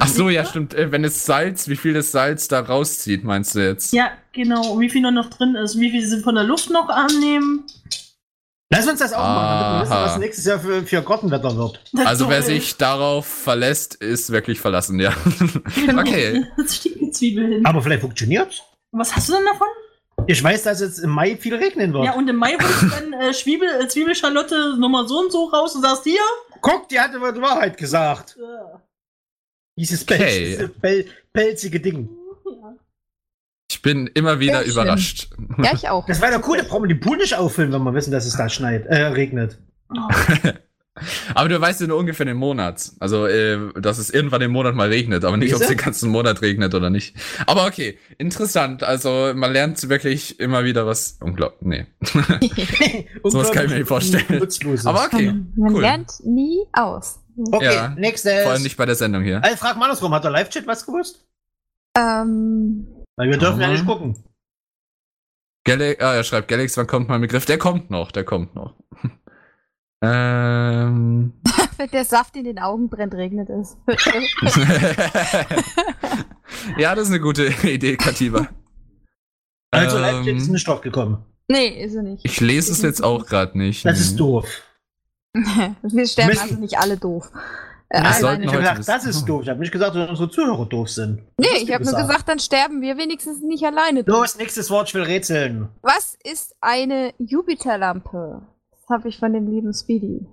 Ach so,
Verstehst
ja,
du?
stimmt. Äh, Wenn es Salz, wie viel das Salz da rauszieht, meinst du jetzt?
Ja, genau. Und wie viel noch, noch drin ist, wie viel sie von der Luft noch annehmen.
Lass uns das auch machen, damit wir wissen,
Aha.
was nächstes Jahr für, für Gartenwetter wird.
Das
Also
ist
wer
doch-
sich darauf verlässt, ist wirklich verlassen, ja.
*laughs*
*laughs*
Genau.
Okay.
Jetzt steht die Zwiebel hin.
Aber vielleicht funktioniert's.
Und Was hast du denn davon?
Ich weiß, dass jetzt im Mai viel regnen wird.
Ja, und im Mai holst du dann äh, Zwiebel, äh, Zwiebelschalotte Nummer so und so raus und sagst hier.
Guck, die hatte wohl die Wahrheit gesagt. Dieses Pelz,
Okay.
dieses pel pelzige Ding.
Ich bin immer wieder
Sehr schön.
überrascht.
Ja, ich auch.
Das war doch cool, da brauchen wir den Pool nicht auffüllen, wenn wir wissen, dass es da schneit, äh, regnet.
Oh,
Aber du weißt ja nur ungefähr den Monat. Also, äh, dass es irgendwann im Monat mal regnet, aber nicht, ob es
Siehste?
den ganzen Monat regnet oder nicht. Aber okay, interessant. Also, man lernt wirklich immer wieder was. Unglaublich. Nee.
*laughs*
Sowas kann ich mir nicht vorstellen.
Um Nutzloses.
Aber *laughs* okay.
Man
Cool.
lernt nie aus.
okay,
Ja.
nächstes.
Äh,
Vor allem nicht bei der Sendung hier.
Also frag mal andersrum, hat der Live-Chat was gewusst?
Ähm,
Weil wir
Schau
dürfen ja
mal.
nicht gucken.
Galax, ah, er schreibt Galax, wann kommt mein Begriff? Der kommt noch, der kommt noch. *laughs*
*laughs*
ähm. *laughs*
wenn der Saft in den Augen brennt, regnet es. *laughs*
ja, das ist eine gute Idee, Kativa.
Also
Ähm,
Live-Chat ist nicht drauf gekommen.
nee, ist er nicht.
Ich lese es jetzt auch gerade nicht.
Das ist doof.
*laughs* Wir sterben
Mist.
also nicht alle doof. Äh,
Das
alleine-
sollten
ich habe
heute
gesagt,
wissen.
das ist doof. Ich habe nicht gesagt, dass unsere Zuhörer doof sind.
nee,
Das hast
ich
du
habe nur gesagt, dann sterben wir wenigstens nicht alleine. doof.
Los, nächstes Wort, ich will rätseln.
Was ist eine Jupiterlampe? Das habe ich von dem lieben Speedy.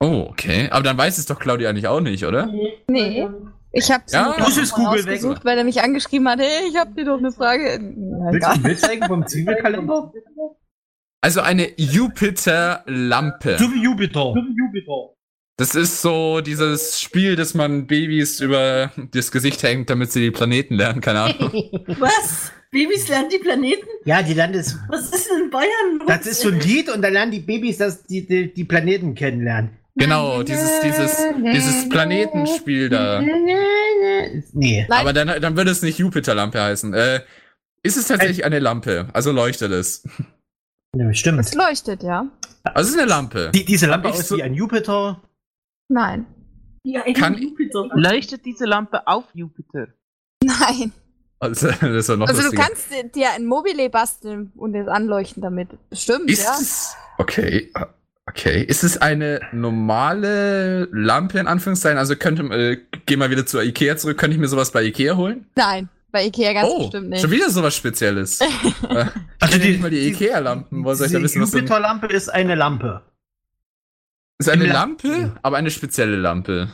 Oh, okay. Aber dann weiß es doch Claudia nicht auch nicht, oder?
Nee, ich habe
Ja, das
ist Google weg.
gesucht, weil er mich angeschrieben hat. Hey, ich habe dir doch eine Frage. Ja,
Willst
egal.
du ein Bild zeigen vom Zwiebelkalender?
Also eine Jupiter-Lampe.
So wie Jupiter.
Das ist so dieses Spiel, dass man Babys über das Gesicht hängt, damit sie die Planeten lernen, keine Ahnung.
*laughs*
Was? Babys lernen die Planeten?
Ja, die Land ist.
Was ist denn in Bayern? los?
Das ist so ein Lied und da lernen die Babys, dass die, die, die Planeten kennenlernen.
Genau, dieses, dieses, dieses Planetenspiel da.
Nein.
Nee.
Aber dann, dann würde es nicht Jupiterlampe heißen. Äh, ist es tatsächlich eine Lampe? Also leuchtet es.
nee
Es
stimmt.
leuchtet, ja.
Also es ist eine Lampe.
Die, diese Lampe
Hab ich
aus
so-
wie ein Jupiter.
Nein.
Ja, ey,
Kann-
Jupiter.
Leuchtet diese Lampe auf Jupiter?
Nein.
Also, *laughs* das ist doch noch
Also du
lustiger.
kannst dir- dir ein Mobile basteln und es anleuchten damit. Stimmt,
Ist
ja.
es. Okay. ah, Okay. Ist es eine normale Lampe in Anführungszeichen? Also könnte äh, geh mal wieder zu IKEA zurück, könnte ich mir sowas bei IKEA holen?
Nein. Bei Ikea ganz
oh,
bestimmt nicht.
schon wieder
*laughs*
sowas Spezielles. Äh, ich
Also
kenne
die-
nicht mal die
die-
Ikea-Lampen. Woher soll ich da
Diese
wissen, was denn...
Jupiterlampe ist eine Lampe.
Ist eine
Im La-
Lampe, aber eine spezielle Lampe,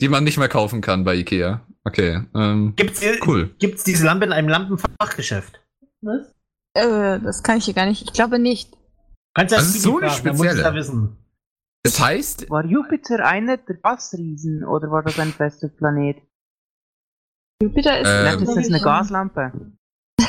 die man nicht mehr kaufen kann bei Ikea. Okay, ähm,
Gibt's, äh,
cool.
gibt's diese Lampe in einem Lampenfachgeschäft?
Was?
Äh, das kann ich hier gar nicht. Ich glaube nicht.
Kannst du
Das ist
Sigi
so eine
fragen, dann muss
spezielle.
ich da wissen.
Das heißt,
War Jupiter einer der Gasriesen oder war das ein fester Planet?
Jupiter ist.
Ähm,
Vielleicht ist das eine Gaslampe.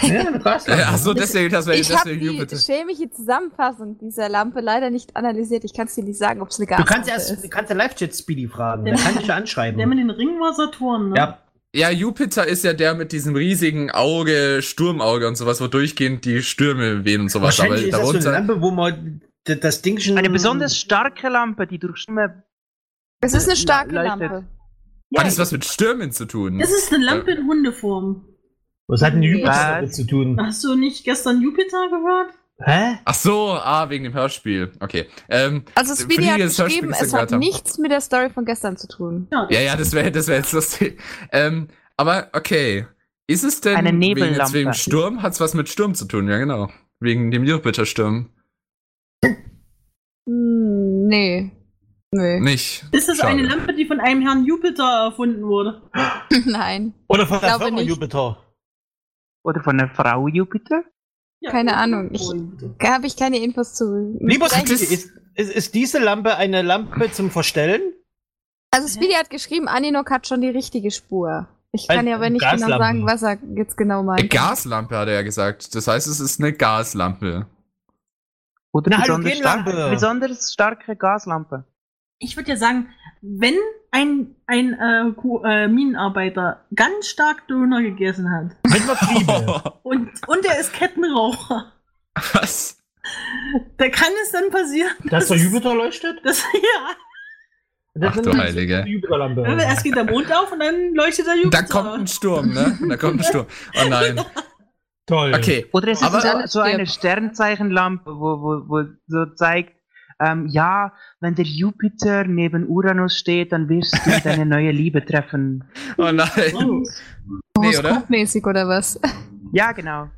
Ja, eine Gaslampe.
äh, ach so, deswegen, das wäre
ich habe
deswegen
die
Jupiter.
schämige Zusammenfassung dieser Lampe leider nicht analysiert. Ich kann es dir nicht sagen, ob es eine
Du
Gaslampe
kannst erst, du
ist.
kannst ja Live-Chat Speedy fragen.
Der-
Der kann dich ja
Der mit
anschreiben.
den Ringen war Saturn, ne?
Ja,
Ja, Jupiter ist ja der mit diesem riesigen Auge, Sturmauge und sowas, wo durchgehend die Stürme wehen und sowas. Aber
wahrscheinlich ist das so eine
darunter.
Lampe, wo man d- das Ding schon.
Eine besonders starke Lampe, die durch Stimme.
Es ist eine
Le-
starke
leuchtet.
Lampe.
Hat es was mit Stürmen zu tun? Äh,
Das ist eine Lampe in Hundeform.
Was hat denn Jupiter damit
Was?
zu
*laughs*
tun?
Hast du nicht gestern Jupiter gehört?
Hä?
Ach so, ah, wegen dem Hörspiel. Okay. Ähm,
Also Speedy hat
Fliegendes Hörspiel,
geschrieben,
das wir
es
gehört
hat
haben.
nichts mit der Story von gestern zu tun.
ja, ja, das wäre das wär jetzt lustig. Ähm, aber okay. Ist es denn
Eine
wegen, jetzt
Nebellampe.
wegen Sturm? Hat es was mit Sturm zu tun? Ja, genau. Wegen dem Jupiter-Sturm.
Hm, nee. Nee.
Nicht.
Ist das
Schade.
eine Lampe, die von einem Herrn Jupiter erfunden wurde?
*laughs* Nein.
Oder von der
Glaube
Firma
nicht.
Jupiter.
Oder von einer Frau Jupiter?
Ja,
Keine
Jupiter.
Ahnung, ich- Da habe ich keine Infos zu.
Lieber
Vielleicht-
Speedy, ist, ist, ist diese Lampe eine Lampe zum Verstellen?
Also Speedy hat geschrieben, Aninok hat schon die richtige Spur. Ich kann
Ein-
ja aber nicht genau
Gaslampe.
sagen, was er jetzt genau
Eine
meint.
Gaslampe, hat er ja gesagt. Das heißt, es ist eine Gaslampe. *laughs*
Oder
Eine
besonders, stark,
Halogenlampe.
besonders starke Gaslampe.
Ich würde ja sagen, wenn ein, ein äh, Ku- äh, Minenarbeiter ganz stark Döner gegessen hat
Mit
*laughs*
einer Triebe.
und, und er ist Kettenraucher,
was?
da kann es dann passieren,
Dass der Jupiter leuchtet?
*laughs* dass ja,
Das
Ach
ist
du
eine
Heilige.
Jupiterlampe.
erst geht der Mond auf und dann leuchtet der Jupiter.
Da Oh. kommt ein Sturm, ne? Da kommt ein Sturm. Oh
*laughs*
nein.
Toll.
Okay.
Oder es
Aber-
ist so,
Alles
so eine
stirbt.
Sternzeichenlampe, wo, wo, wo so zeigt, ähm, ja, wenn der Jupiter neben Uranus steht, dann wirst *laughs* du deine neue Liebe treffen.
Oh nein. Nee, oder?
Horoskopmäßig oder was?
Ja, genau.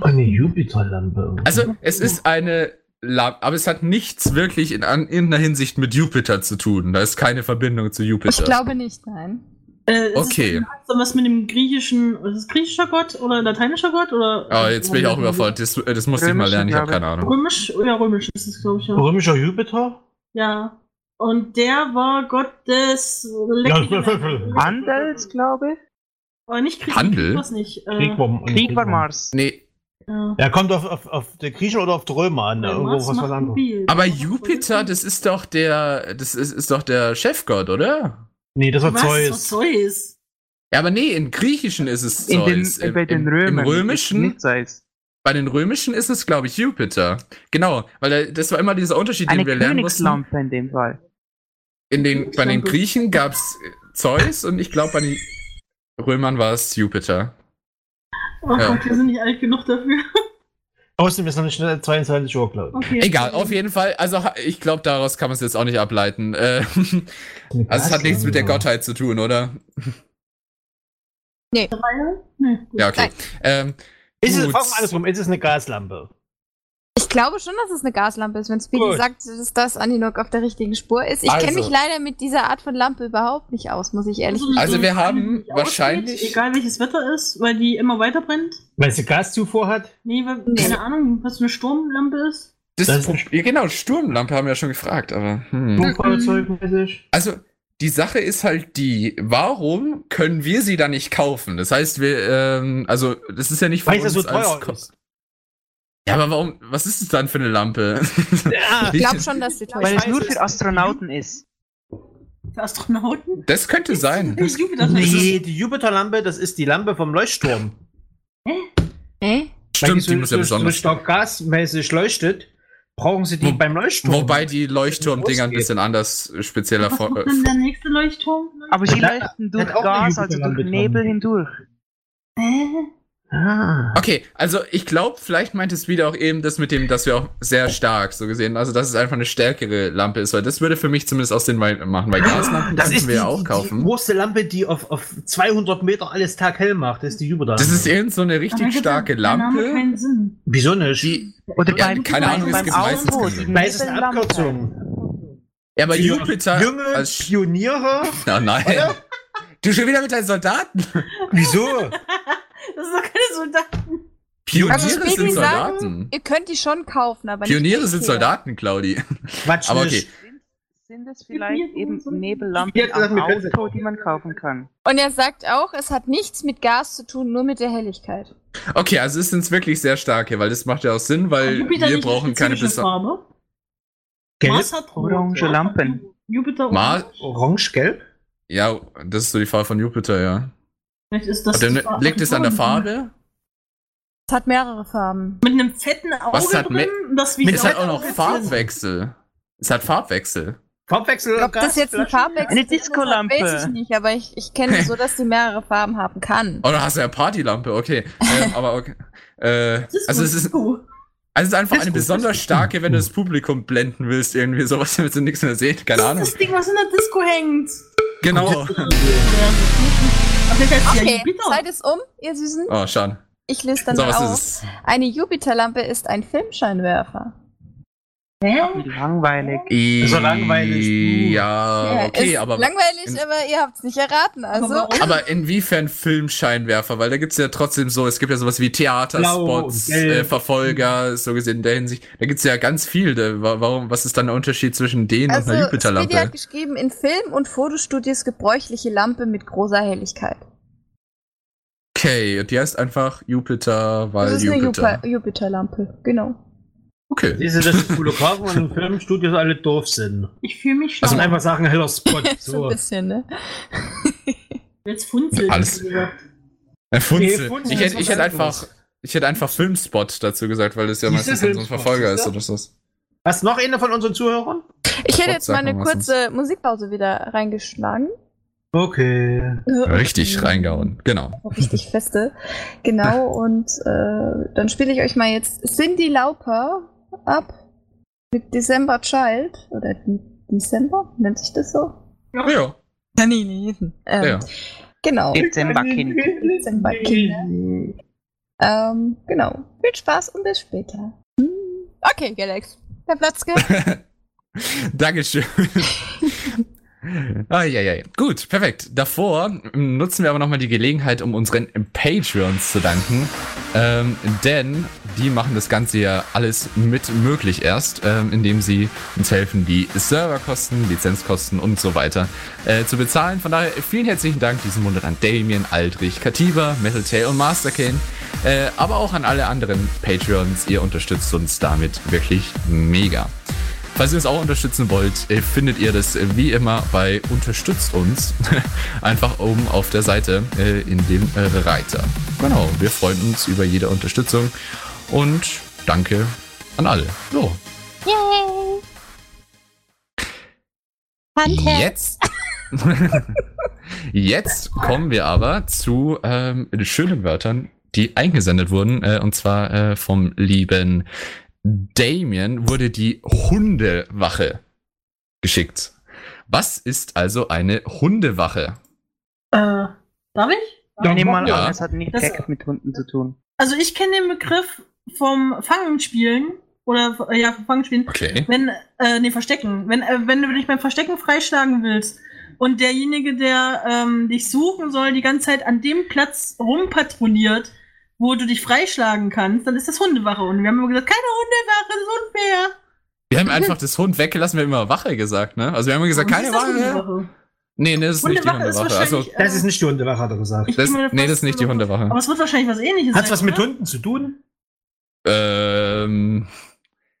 Eine Jupiterlampe.
Also, es ist eine Lampe, aber es hat nichts wirklich in an- irgendeiner Hinsicht mit Jupiter zu tun. Da ist keine Verbindung zu Jupiter.
Ich glaube nicht, nein.
Äh, es
Okay.
Ist, hat's dann was mit dem griechischen, ist es griechischer Gott oder lateinischer Gott? Oder,
Oh, jetzt bin ich auch überfordert. Das, äh, das musste ich mal
Römische,
lernen. Ich habe
glaube ich.
keine Ahnung.
Römisch, ja, römisch ist es, glaube ich, ja.
Römischer Jupiter?
ja. Und der war Gott des Leck-
Handels, glaube ich.
Aber nicht Krieg.
Handel?
Was nicht. Äh,
Krieg war,
Krieg war Mars.
Nee,
ja.
Er kommt auf, auf, auf der Griechen oder auf die Römer an.
Ja,
Irgendwo
Mars
was, was
macht
anderes.
mobil.
aber
Mars macht
Jupiter,
mobil.
das ist doch der, das ist, ist doch der Chefgott, oder?
Nee, das war
was
Zeus.
Zeus. Zeus.
Ja, aber nee, im Griechischen ist es
In den,
Zeus. Im,
bei den
im,
Römern.
Im Römischen,
Nicht Zeus.
bei den Römischen ist es, glaube ich, Jupiter. Genau, weil da- das war immer dieser Unterschied, den
Eine
wir lernen mussten.
Königslampe in dem Fall.
In den, bei den Griechen gab es Zeus und ich glaube, bei den Römern war es Jupiter.
Oh
Ja.
Gott, wir sind nicht alt genug dafür. *laughs*
Außerdem ist noch nicht schnell 22 Uhr, glaube
Okay.
Egal, auf jeden Fall. Also ha- ich glaube, daraus kann man es jetzt auch nicht ableiten. Äh,
ich.
*laughs* also es hat nichts
Oh.
mit der Gottheit zu tun, oder?
Nee, gut.
Ja, okay.
Nein.
Ähm,
Ist es,
Gut.
frag mal andersrum, ist es eine Gaslampe?
Ich glaube schon, dass es eine Gaslampe ist, wenn Speedy
Gut.
sagt, dass das Aninok auf der richtigen Spur ist. Ich kenne
Also.
mich leider mit dieser Art von Lampe überhaupt nicht aus, muss ich ehrlich
Also,
Also wir
so
haben
die
wahrscheinlich-
Ausgeht, egal welches Wetter ist, weil die immer weiter brennt.
Weil sie Gaszufuhr hat?
Nee, weil,
Nee.
keine Ahnung, was für eine Sturmlampe ist.
das
Das ist ein
Pro- ja, genau, Sturmlampe haben wir ja schon gefragt, aber. Hm.
Flugfahrzeugmäßig?
Also, die Sache ist halt die, warum können wir sie dann nicht kaufen? Das heißt, wir, ähm, also, das ist ja nicht von
Weil es ja
uns
so teuer
als Ko-
ist.
Ja, aber warum, was ist es dann für eine Lampe? *laughs*
Ja,
Ich glaube schon, dass die teuer
Weil es
weiß,
nur
es
für Astronauten ist.
Für Astronauten?
Das könnte sein.
Das Jupiter
nee, die Jupiterlampe, das ist die Lampe vom Leuchtturm.
Hä?
Weil
Stimmt, die muss ja
so, so
besonders.
stark gasmäßig leuchtet, brauchen sie die
Wo-
beim Leuchtturm.
Wobei die Leuchtturmdinger ein
Losgeht.
bisschen anders äh, spezieller
Was
vor.
macht
äh,
denn der nächste Leuchtturm?
Aber sie
Hat-
leuchten
hat
durch
auch eine
Gas, also
Jupiterlampe
durch
dran.
Nebel hindurch.
Hä?
Ah.
Okay, also ich glaube, vielleicht meint es wieder auch eben das mit dem, dass wir auch sehr stark so gesehen, also dass es einfach eine stärkere Lampe ist, weil das würde für mich zumindest aus den Wein machen, weil Gaslampen
Das
das könnten
ist die,
wir ja auch
die- die
kaufen.
große Lampe, die auf, auf 200 Meter alles taghell macht. Das ist die Jubeda.
das ist eh- irgend so eine
Aber
richtig
jetzt
starke
hat der Name
Lampe,
keinen Sinn.
Wieso nicht?
die
Oder
Ja, keine Ahnung, es gibt meistens
Augenboot,
keine Sinn.
die
Weiß ist eine
Nebellampe.
Abkürzung.
ja, bei
Die
Jupiter
Junge
als Sch-
Pioniere?
Na, *laughs* nein. *laughs* Du schon wieder mit deinen Soldaten?
Also Wieso?
Das ist doch keine Soldat.
Also
Pioniere
ich will
sind
nicht
Soldaten.
sagen, ihr könnt die schon kaufen, aber
Pioniere
nicht
sind
Ikea.
Soldaten, Claudi.
Quatsch
Aber
nicht.
okay.
Sind es
Gibt
vielleicht
mir
eben
so ein-
Ich
Nebellampen
hätte gedacht,
am
wir können sie-
Auto, die man kaufen kann?
Und er sagt auch, es hat nichts mit Gas zu tun, nur mit der Helligkeit.
Okay, also es sind wirklich sehr starke, weil das macht ja auch Sinn,
Hat
weil
Jupiter
wir
nicht eine
brauchen keine
spezifische
besonderen.
Farbe.
Gelb,
Mars hat rot.
Orange Lampen.
Jupiter
Ma-
orange.
orange, gelb?
Ja, das ist so die Farbe von Jupiter, ja.
Vielleicht ist das
Dann
die Farbe-
liegt es an der Farbe?
Es hat mehrere Farben.
Mit einem fetten Auge
Was hat
drin, das wie
Es hat
Leute
auch noch Farbwechsel. Es hat Farbwechsel.
Farbwechsel.
Ob das jetzt ein Farbwechsel
Eine
drin ist,
Discolampe.
Weiß ich nicht, aber ich, ich
*laughs*
kenne so, dass die mehrere Farben haben kann.
Oh, da hast du ja Partylampe, okay. Ähm, aber okay. Äh,
Das ist
also,
gut.
es ist, also es ist einfach
Disco,
eine besonders starke, wenn du das Publikum blenden willst, irgendwie sowas, damit du nichts mehr sehen. Keine
Das
Ahnung.
ist das Ding, was in der Disco hängt.
Genau.
Aber vielleicht heißt sie ja
Okay,
Jupiter.
Zeit ist um, ihr Süßen.
Oh, schade.
Ich lese dann
So,
mal
was
auf.
ist es?
Eine Jupiterlampe ist ein Filmscheinwerfer.
Hä?
Langweilig.
So langweilig, du.
Ja,
Ja,
Äh, okay,
ist
aber. in-
langweilig, aber ihr habt's nicht erraten. Also
Aber warum?
Aber inwiefern Filmscheinwerfer? Weil da gibt's ja trotzdem so, es gibt ja sowas wie
Blau
Theaterspots,
und gelb.
äh, Verfolger, so gesehen in der Hinsicht. Da gibt's ja ganz viel. Da, wa- warum, was ist dann der Unterschied zwischen denen
Also,
und einer
Speedy hat
Jupiterlampe?
geschrieben, in Film- und Fotostudios gebräuchliche Lampe mit großer Helligkeit.
Okay, und die heißt einfach Jupiter, weil
das ist
Jupiter.
eine Jupiter- Jupiterlampe, genau.
Okay.
Siehst du, dass die Fotografen und die Filmstudios alle doof sind?
Ich fühle mich schlau.
Also einfach sagen,
*laughs*
heller Spot.
So ein
So.
bisschen, ne?
Jetzt funzeln.
Alles- Äh,
Nee,
Funzel.
Funzel
Ich
ist
hätte,
was
ich hätte
anderes.
einfach, ich hätte einfach Filmspot dazu gesagt, weil das ja
Siehste,
meistens dann so ein
Filmspot,
Verfolger ist
siehste?
oder so.
Hast noch eine von unseren Zuhörern?
Ich hätte
Gott,
jetzt
sag
mal eine
mal was
kurze Musikpause wieder reingeschlagen. Ähm,
Okay.
Richtig reingehauen. Genau.
Richtig feste.
*laughs*
Genau, und äh, dann spiele ich euch mal jetzt Cindy Lauper ab mit December Child. Oder die December? Nennt sich das so?
Ja,
Kann ich nicht. Ähm,
ja.
Genau.
Dezemberkind.
Dezemberkinder. Ähm, genau. Viel Spaß und bis später. Hm. Okay, Galax. Der Platz
*laughs*
gehört.
Dankeschön. Ah, ja, ja, ja. Gut, perfekt. Davor ähm, nutzen wir aber nochmal die Gelegenheit, um unseren Patreons zu danken. Ähm, denn die machen das Ganze ja alles mit möglich erst, ähm, indem sie uns helfen, die Serverkosten, Lizenzkosten und so weiter äh, zu bezahlen. Von daher vielen herzlichen Dank diesen Monat an Damien, Aldrich, Katiba, Metal Tail und Mastercane. Äh, aber auch an alle anderen Patreons. Ihr unterstützt uns damit wirklich mega. Falls ihr uns auch unterstützen wollt, äh, findet ihr das äh, wie immer bei Unterstützt uns *laughs* einfach oben auf der Seite äh, in dem äh, Reiter. Genau, wir freuen uns über jede Unterstützung und danke an alle. So. Jetzt. *laughs* Jetzt kommen wir aber zu ähm, schönen Wörtern, die eingesendet wurden, äh, und zwar äh, vom lieben Damien wurde die Hundewache geschickt. Was ist also eine Hundewache?
Äh, darf ich?
Ich nehme mal
Ja.
an, es hat nicht
Das-
direkt mit Hunden zu tun.
Also ich kenne den Begriff vom Fangenspielen. Oder, äh, ja, vom Fangenspielen.
Okay.
Wenn, äh, nee, Verstecken. Wenn, äh, wenn du dich beim Verstecken freischlagen willst und derjenige, der ähm, dich suchen soll, die ganze Zeit an dem Platz rumpatrouilliert, wo du dich freischlagen kannst, dann ist das Hundewache. Und wir haben immer gesagt, keine Hundewache, das ist unfair.
Wir haben einfach das Hund weggelassen, wir haben immer Wache gesagt, ne? Also wir haben immer gesagt,
Und Oh, das
keine
ist das
Wache.
Hundewache.
Nee, nee, das ist nicht die
Hundewache ist
Hundewache. Also,
wahrscheinlich.
Das
äh,
ist nicht die Hundewache, hat er gesagt.
ich
das,
bin mir
nee, das
fast
ist nicht die
sicher. Aber
Hundewache.
es wird wahrscheinlich was ähnliches
Hat's was mit
oder?
Hunden zu tun?
Ähm,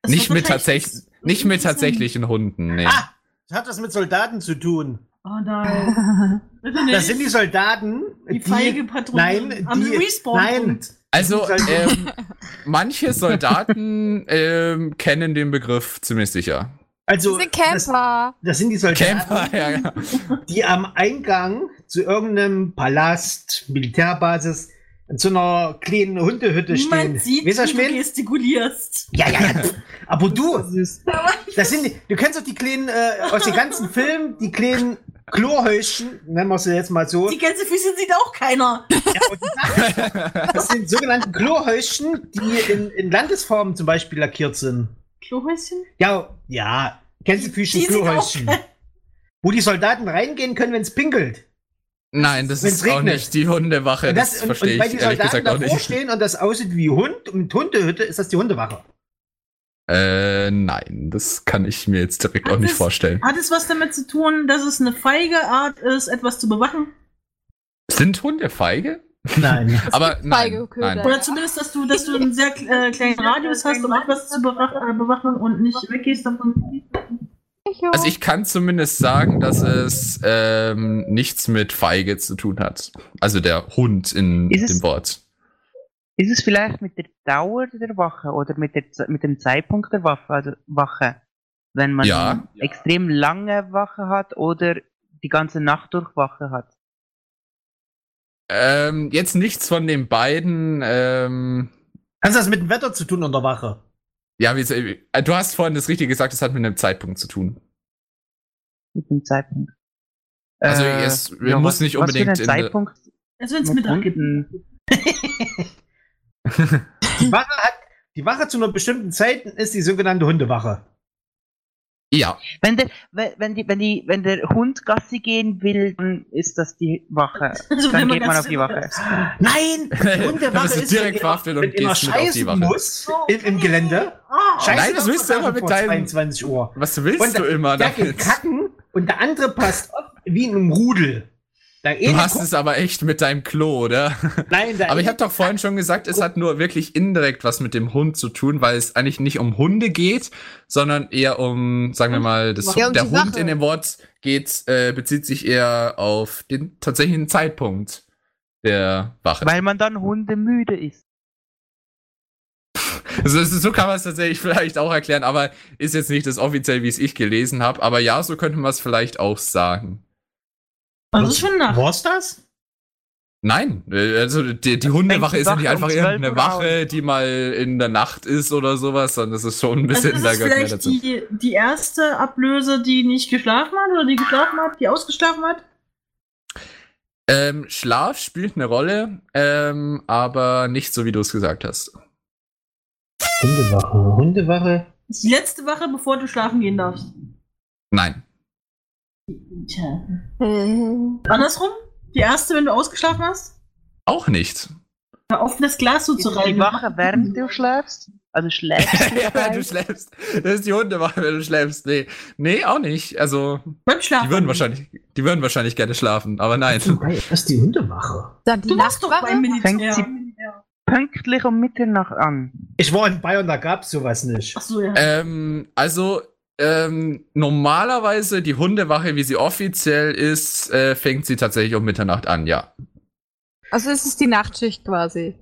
Es
nicht
wird
mit,
wahrscheinlich-
tatsächlich, nicht mit
Sein.
tatsächlichen Hunden, nee.
Ah! Das hat was mit Soldaten zu tun.
Oh nein. Bitte nicht.
Das sind die Soldaten,
die
die.
feige Patrouille.
nein,
am
die,
Respawn.
nein,
Also,
Das ist halt-
ähm, *laughs* manche Soldaten ähm, kennen den Begriff ziemlich sicher.
also
Diese
das,
Camper.
das sind die Soldaten,
Camper, ja, ja.
die am Eingang zu irgendeinem Palast, Militärbasis in so einer kleinen Hundehütte stehen.
Niemand sieht, wie
weißt du, was
du
ich mein?
gestikulierst.
Ja, ja, ja. Aber du, das sind die, du kennst doch die kleinen, äh, aus den ganzen Filmen, die kleinen Klohäuschen, nennen wir sie jetzt mal so.
Die Gänsefüßchen sieht auch keiner.
Ja, und die Sachen- das sind sogenannte Klohäuschen, die in, in Landesformen zum Beispiel lackiert sind.
Klohäuschen?
Ja, ja. Gänsefüßchen,
Die sind auch
Klohäuschen. Wo die Soldaten reingehen können, wenn es pinkelt.
Nein, das
Wenn's
ist auch
regnet.
nicht die Hundewache.
Und,
Das,
das, und,
verstehe
und weil
ich
die
ehrlich
Soldaten
gesagt auch
davor
nicht.
stehen und das aussieht wie Hund und Hundehütte, ist das die
*laughs*
Hundewache.
Äh, nein, das kann ich mir jetzt direkt
Hat
auch nicht
es-
vorstellen.
Hat es was damit zu tun, dass es eine feige Art ist, etwas zu bewachen?
Sind Hunde feige?
Nein.
Aber nein,
feige Köder.
nein.
Oder zumindest, dass du, dass du einen sehr äh, kleinen Radius hast, um etwas zu bewachen, äh, bewachen und nicht weggehst davon.
*laughs*
Also ich kann zumindest sagen, dass es ähm, nichts mit feige zu tun hat. Also der Hund in
Ist es-
dem Wort.
Ist es vielleicht mit der Dauer der Wache oder mit, der, Ze- mit dem Zeitpunkt der Waffe, also Wache? Wenn man
Ja.
extrem lange Wache hat oder die ganze Nacht durch Wache hat?
Ähm, jetzt nichts von den beiden. Ähm,
Hast du das mit dem Wetter zu tun unter Wache?
ja, wie, äh, du hast vorhin das Richtige gesagt, das hat mit einem Zeitpunkt zu tun.
Mit dem Zeitpunkt. Äh,
Also es- man muss nicht unbedingt
Was
in
für ein
der-
Zeitpunkt
Also wenn es
mit
Mittag gibt.
Hunden?
Die Wache hat, die Wache zu einer bestimmten Zeit ist die sogenannte Hundewache.
Ja,
Wenn der, wenn, wenn, die, wenn, die, wenn der Hund Gassi gehen will, dann ist das die Wache.
Also
Dann
wenn man
geht man
ganz-
auf die Wache.
*laughs*
Nein!
Dann
Die
bist
Hundewache
du
ist,
direkt
wenn
verhaftet und
wenn immer
gehst mit auf die
scheißen
Wache.
muss im, im Gelände.
Ah,
Scheiße,
Nein, das willst du immer mit
vor
deinem-
22 Uhr.
was willst
Und
du immer
Der geht
damit?
kacken und der andere passt auf wie in einem Rudel. Der
Du
eine
hast
guckt-
es aber echt mit deinem Klo, oder?
Nein, der
Aber ich
eine-
habe doch vorhin schon gesagt, es hat nur wirklich indirekt was mit dem Hund zu tun, weil es eigentlich nicht um Hunde geht, sondern eher um, sagen wir mal, das,
Ja, um
der
die
Hund
Sache.
in dem Wort geht, äh, bezieht sich eher auf den tatsächlichen Zeitpunkt der Wache.
Weil man dann hundemüde ist.
Also, es ist- so kann man es tatsächlich *laughs* vielleicht auch erklären, aber ist jetzt nicht das offiziell, wie es ich gelesen habe. Aber ja, so könnte man es vielleicht auch sagen.
Also es ist schon Nacht.
War's das?
Nein, äh, also die, die Hundewache
die
ist ja nicht
Wache
einfach
um 12
irgendeine
Uhr
Wache, die mal in der Nacht ist oder sowas, sondern das ist schon ein
Also
bisschen
ist es
da gehört mehr
vielleicht die, die erste Ablöse, die nicht geschlafen hat oder die geschlafen hat, die ausgeschlafen hat?
Ähm, Schlaf spielt eine Rolle, ähm, aber nicht so, wie du es gesagt hast.
Hundewache. Hundewache.
Das ist Die letzte Wache, bevor du schlafen gehen darfst.
Nein.
Tja.
Äh,
Andersrum? Die erste, wenn du ausgeschlafen hast?
Auch nicht.
Hör auf, in das Glas so
Ist
zu
die
reiben.
Wache, während du schläfst? Also schläfst du
*laughs* ja, wenn du
dabei?
schläfst. Das ist die Hundewache, wenn du schläfst. Nee, nee auch nicht. Also,
Beim Schlafen.
die würden wahrscheinlich, die würden wahrscheinlich gerne schlafen, aber
*laughs*
nein.
Das ist die Hundewache.
Dann die
Du warst doch beim
Nachtwache?
Militär.
Fängt pünktlich um Mitternacht an.
Ich war in Bayern, da gab's sowas nicht.
Achso, ja.
ähm, also, ähm, normalerweise die Hundewache, wie sie offiziell ist, äh, fängt sie tatsächlich um Mitternacht an, ja.
Also es ist die Nachtschicht quasi.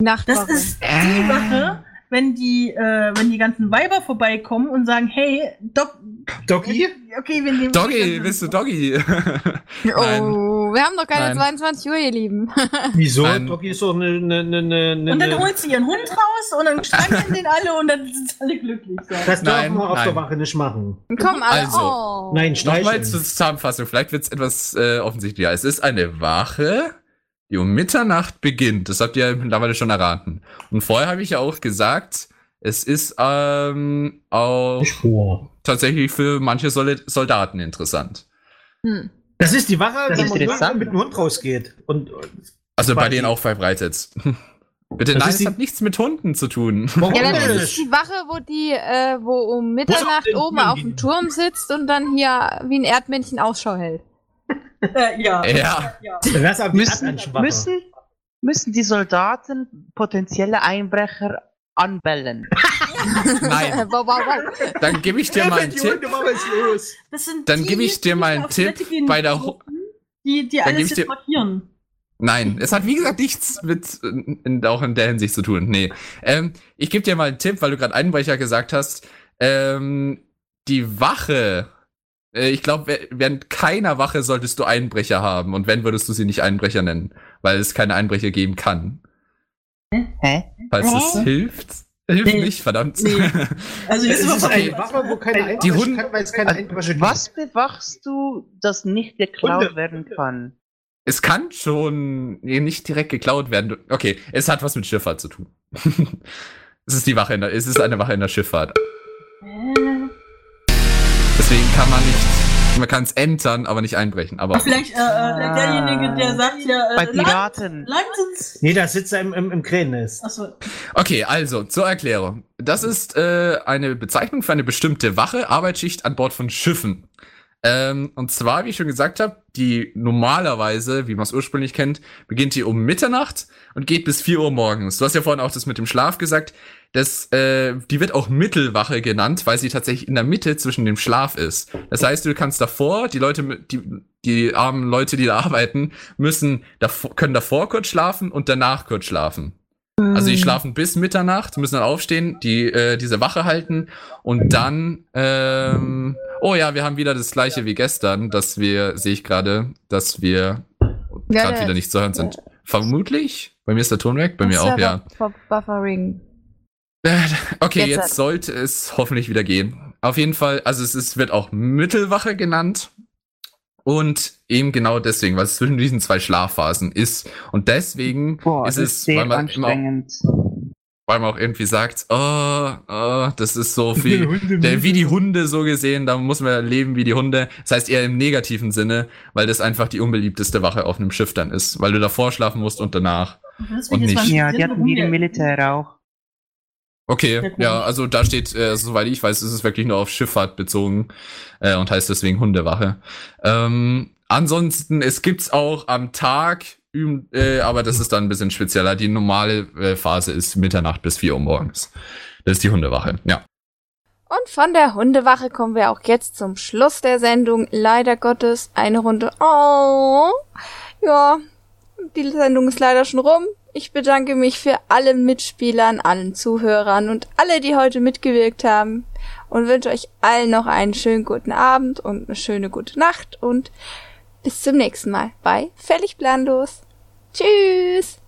Die Nachtwache.
Das ist die Wache, wenn die, äh, wenn die ganzen Weiber vorbeikommen und sagen, hey, Doc. äh,
Doggy?
Okay, wir nehmen
Doggy, bist du Doggy? nein.
oh, wir haben noch keine
Nein.
22 Uhr, ihr Lieben. *laughs*
Wieso?
Nein.
Doggy ist doch eine. Ne, ne, ne, ne,
Und dann holt sie ihren Hund raus und dann strangeln den alle und dann sind alle glücklich. Ja.
das
Nein,
dürfen wir auf
nein.
der Wache nicht machen.
Komm, alle.
Also.
oh.
Nein,
Nochmal
streicheln.
zur Zusammenfassung, vielleicht wird es etwas äh, offensichtlicher. Es ist eine Wache, die um Mitternacht beginnt. Das habt ihr ja mittlerweile schon erraten. Und vorher habe ich ja auch gesagt, es ist ähm, auch
Spur.
tatsächlich für manche Sol Soldaten interessant.
Hm.
Das ist die Wache,
Das
die
ist
man
interessant.
mit dem Hund rausgeht. Und
Also bei
Quasi.
denen auch verbreitet. *laughs* Bitte,
Das
nein,
ist
es
die-
hat nichts mit Hunden zu tun.
warum
Ja, dann
denn
ist es
nicht?
die Wache, wo die, äh, wo um Mitternacht
den
oben
Türen
auf dem
gehen?
Turm sitzt und dann hier wie ein Erdmännchen Ausschau hält.
Äh, ja.
*laughs* Ja,
Das ist
Müssen, müssen, müssen die Soldaten potenzielle Einbrecher anbellen.
nein.
*laughs* wow, wow, wow.
Dann gebe ich dir mal einen Tipp.
ist los.
Das sind
Dann
die,
gebe ich dir
die
mal einen
auf Toilette
Tipp
gehen
bei der
dürfen,
Ho-
Die, die
Dann gebe
alles
ich
jetzt
dir-
markieren.
Nein, es hat wie gesagt nichts mit äh, in, auch in der Hinsicht zu tun. Nee. Ähm, ich gebe dir mal einen Tipp, weil du gerade Einbrecher gesagt hast. Ähm, die Wache Äh, Ich glaube, während keiner Wache solltest du Einbrecher haben. Und wenn, würdest du sie nicht Einbrecher nennen, weil es keine Einbrecher geben kann.
Hä?
Falls das
Hä?
hilft. Hilft
Nee.
nicht, verdammt.
Nee. Also
Es
jetzt
ist
mal
eine
okay.
Wache, wo keine
Die
Einbrüche
Hunde- Äh,
kann, weil es keine Einbrüche gibt.
Was bewachst du, das nicht geklaut
Hunde.
werden kann?
Es kann schon nee, nicht direkt geklaut werden. Du- Okay, es hat was mit Schifffahrt zu tun. *laughs* es ist die Wache in der, es ist eine Wache in der Schifffahrt. Deswegen kann man nicht, man kann es entern, aber nicht einbrechen. Aber
Vielleicht äh, äh, derjenige, der sagt ja,
Bei
äh, Land,
Piraten.
Land sitzt.
Nee, da sitzt er im, im, im Krähennest.
Achso.
okay, also zur Erklärung: Das ist äh, eine Bezeichnung für eine bestimmte Wache, Arbeitsschicht an Bord von Schiffen. Ähm, und zwar, wie ich schon gesagt habe, die normalerweise, wie man es ursprünglich kennt, beginnt die um Mitternacht und geht bis 4 Uhr morgens. Du hast ja vorhin auch das mit dem Schlaf gesagt. Das, äh, die wird auch Mittelwache genannt, weil sie tatsächlich in der Mitte zwischen dem Schlaf ist. Das heißt, du kannst davor, die Leute, mit- die, die armen Leute, die da *laughs* arbeiten, müssen davor, können davor kurz schlafen und danach kurz schlafen. Also die schlafen bis Mitternacht, müssen dann aufstehen, die äh, diese Wache halten und dann, ähm, oh ja, wir haben wieder das gleiche wie gestern, dass wir, sehe ich gerade, dass wir
Ja,
gerade
der-
wieder nicht zu hören sind. Vermutlich. Bei mir ist der Ton weg, bei mir auch, ja.
Buffering.
Okay,
Jetzt
jetzt,
hat-
sollte es hoffentlich wieder gehen. Auf jeden Fall, also es ist, wird auch Mittelwache genannt. Und eben genau deswegen, weil es zwischen diesen zwei Schlafphasen ist. Und deswegen
Boah,
ist
das ist
es, weil
sehr
man, immer, auch-
anstrengend.
weil man auch irgendwie sagt, oh, oh das ist so viel. Der, wie die Hunde so gesehen, da muss man leben wie die Hunde. Das heißt eher im negativen Sinne, weil das einfach die unbeliebteste Wache auf einem Schiff dann ist, weil du davor schlafen musst und danach. Und nicht.
Ja, die hatten wie im Militär auch.
Okay,
Sehr cool.
ja, also da steht, äh, soweit ich weiß, ist es wirklich nur auf Schifffahrt bezogen äh, und heißt deswegen Hundewache. Ähm, ansonsten, es gibt's auch am Tag, üben- äh, aber das ist dann ein bisschen spezieller. Die normale äh, Phase ist Mitternacht bis 4 Uhr morgens. Das ist die Hundewache, ja.
Und von der Hundewache kommen wir auch jetzt zum Schluss der Sendung. Leider Gottes, eine Runde. Oh, ja, die Sendung ist leider schon rum. Ich bedanke mich für alle Mitspielern, allen Zuhörern und alle, die heute mitgewirkt haben. Und wünsche euch allen noch einen schönen guten Abend und eine schöne gute Nacht. Und bis zum nächsten Mal bei Fällig Planlos. Tschüss!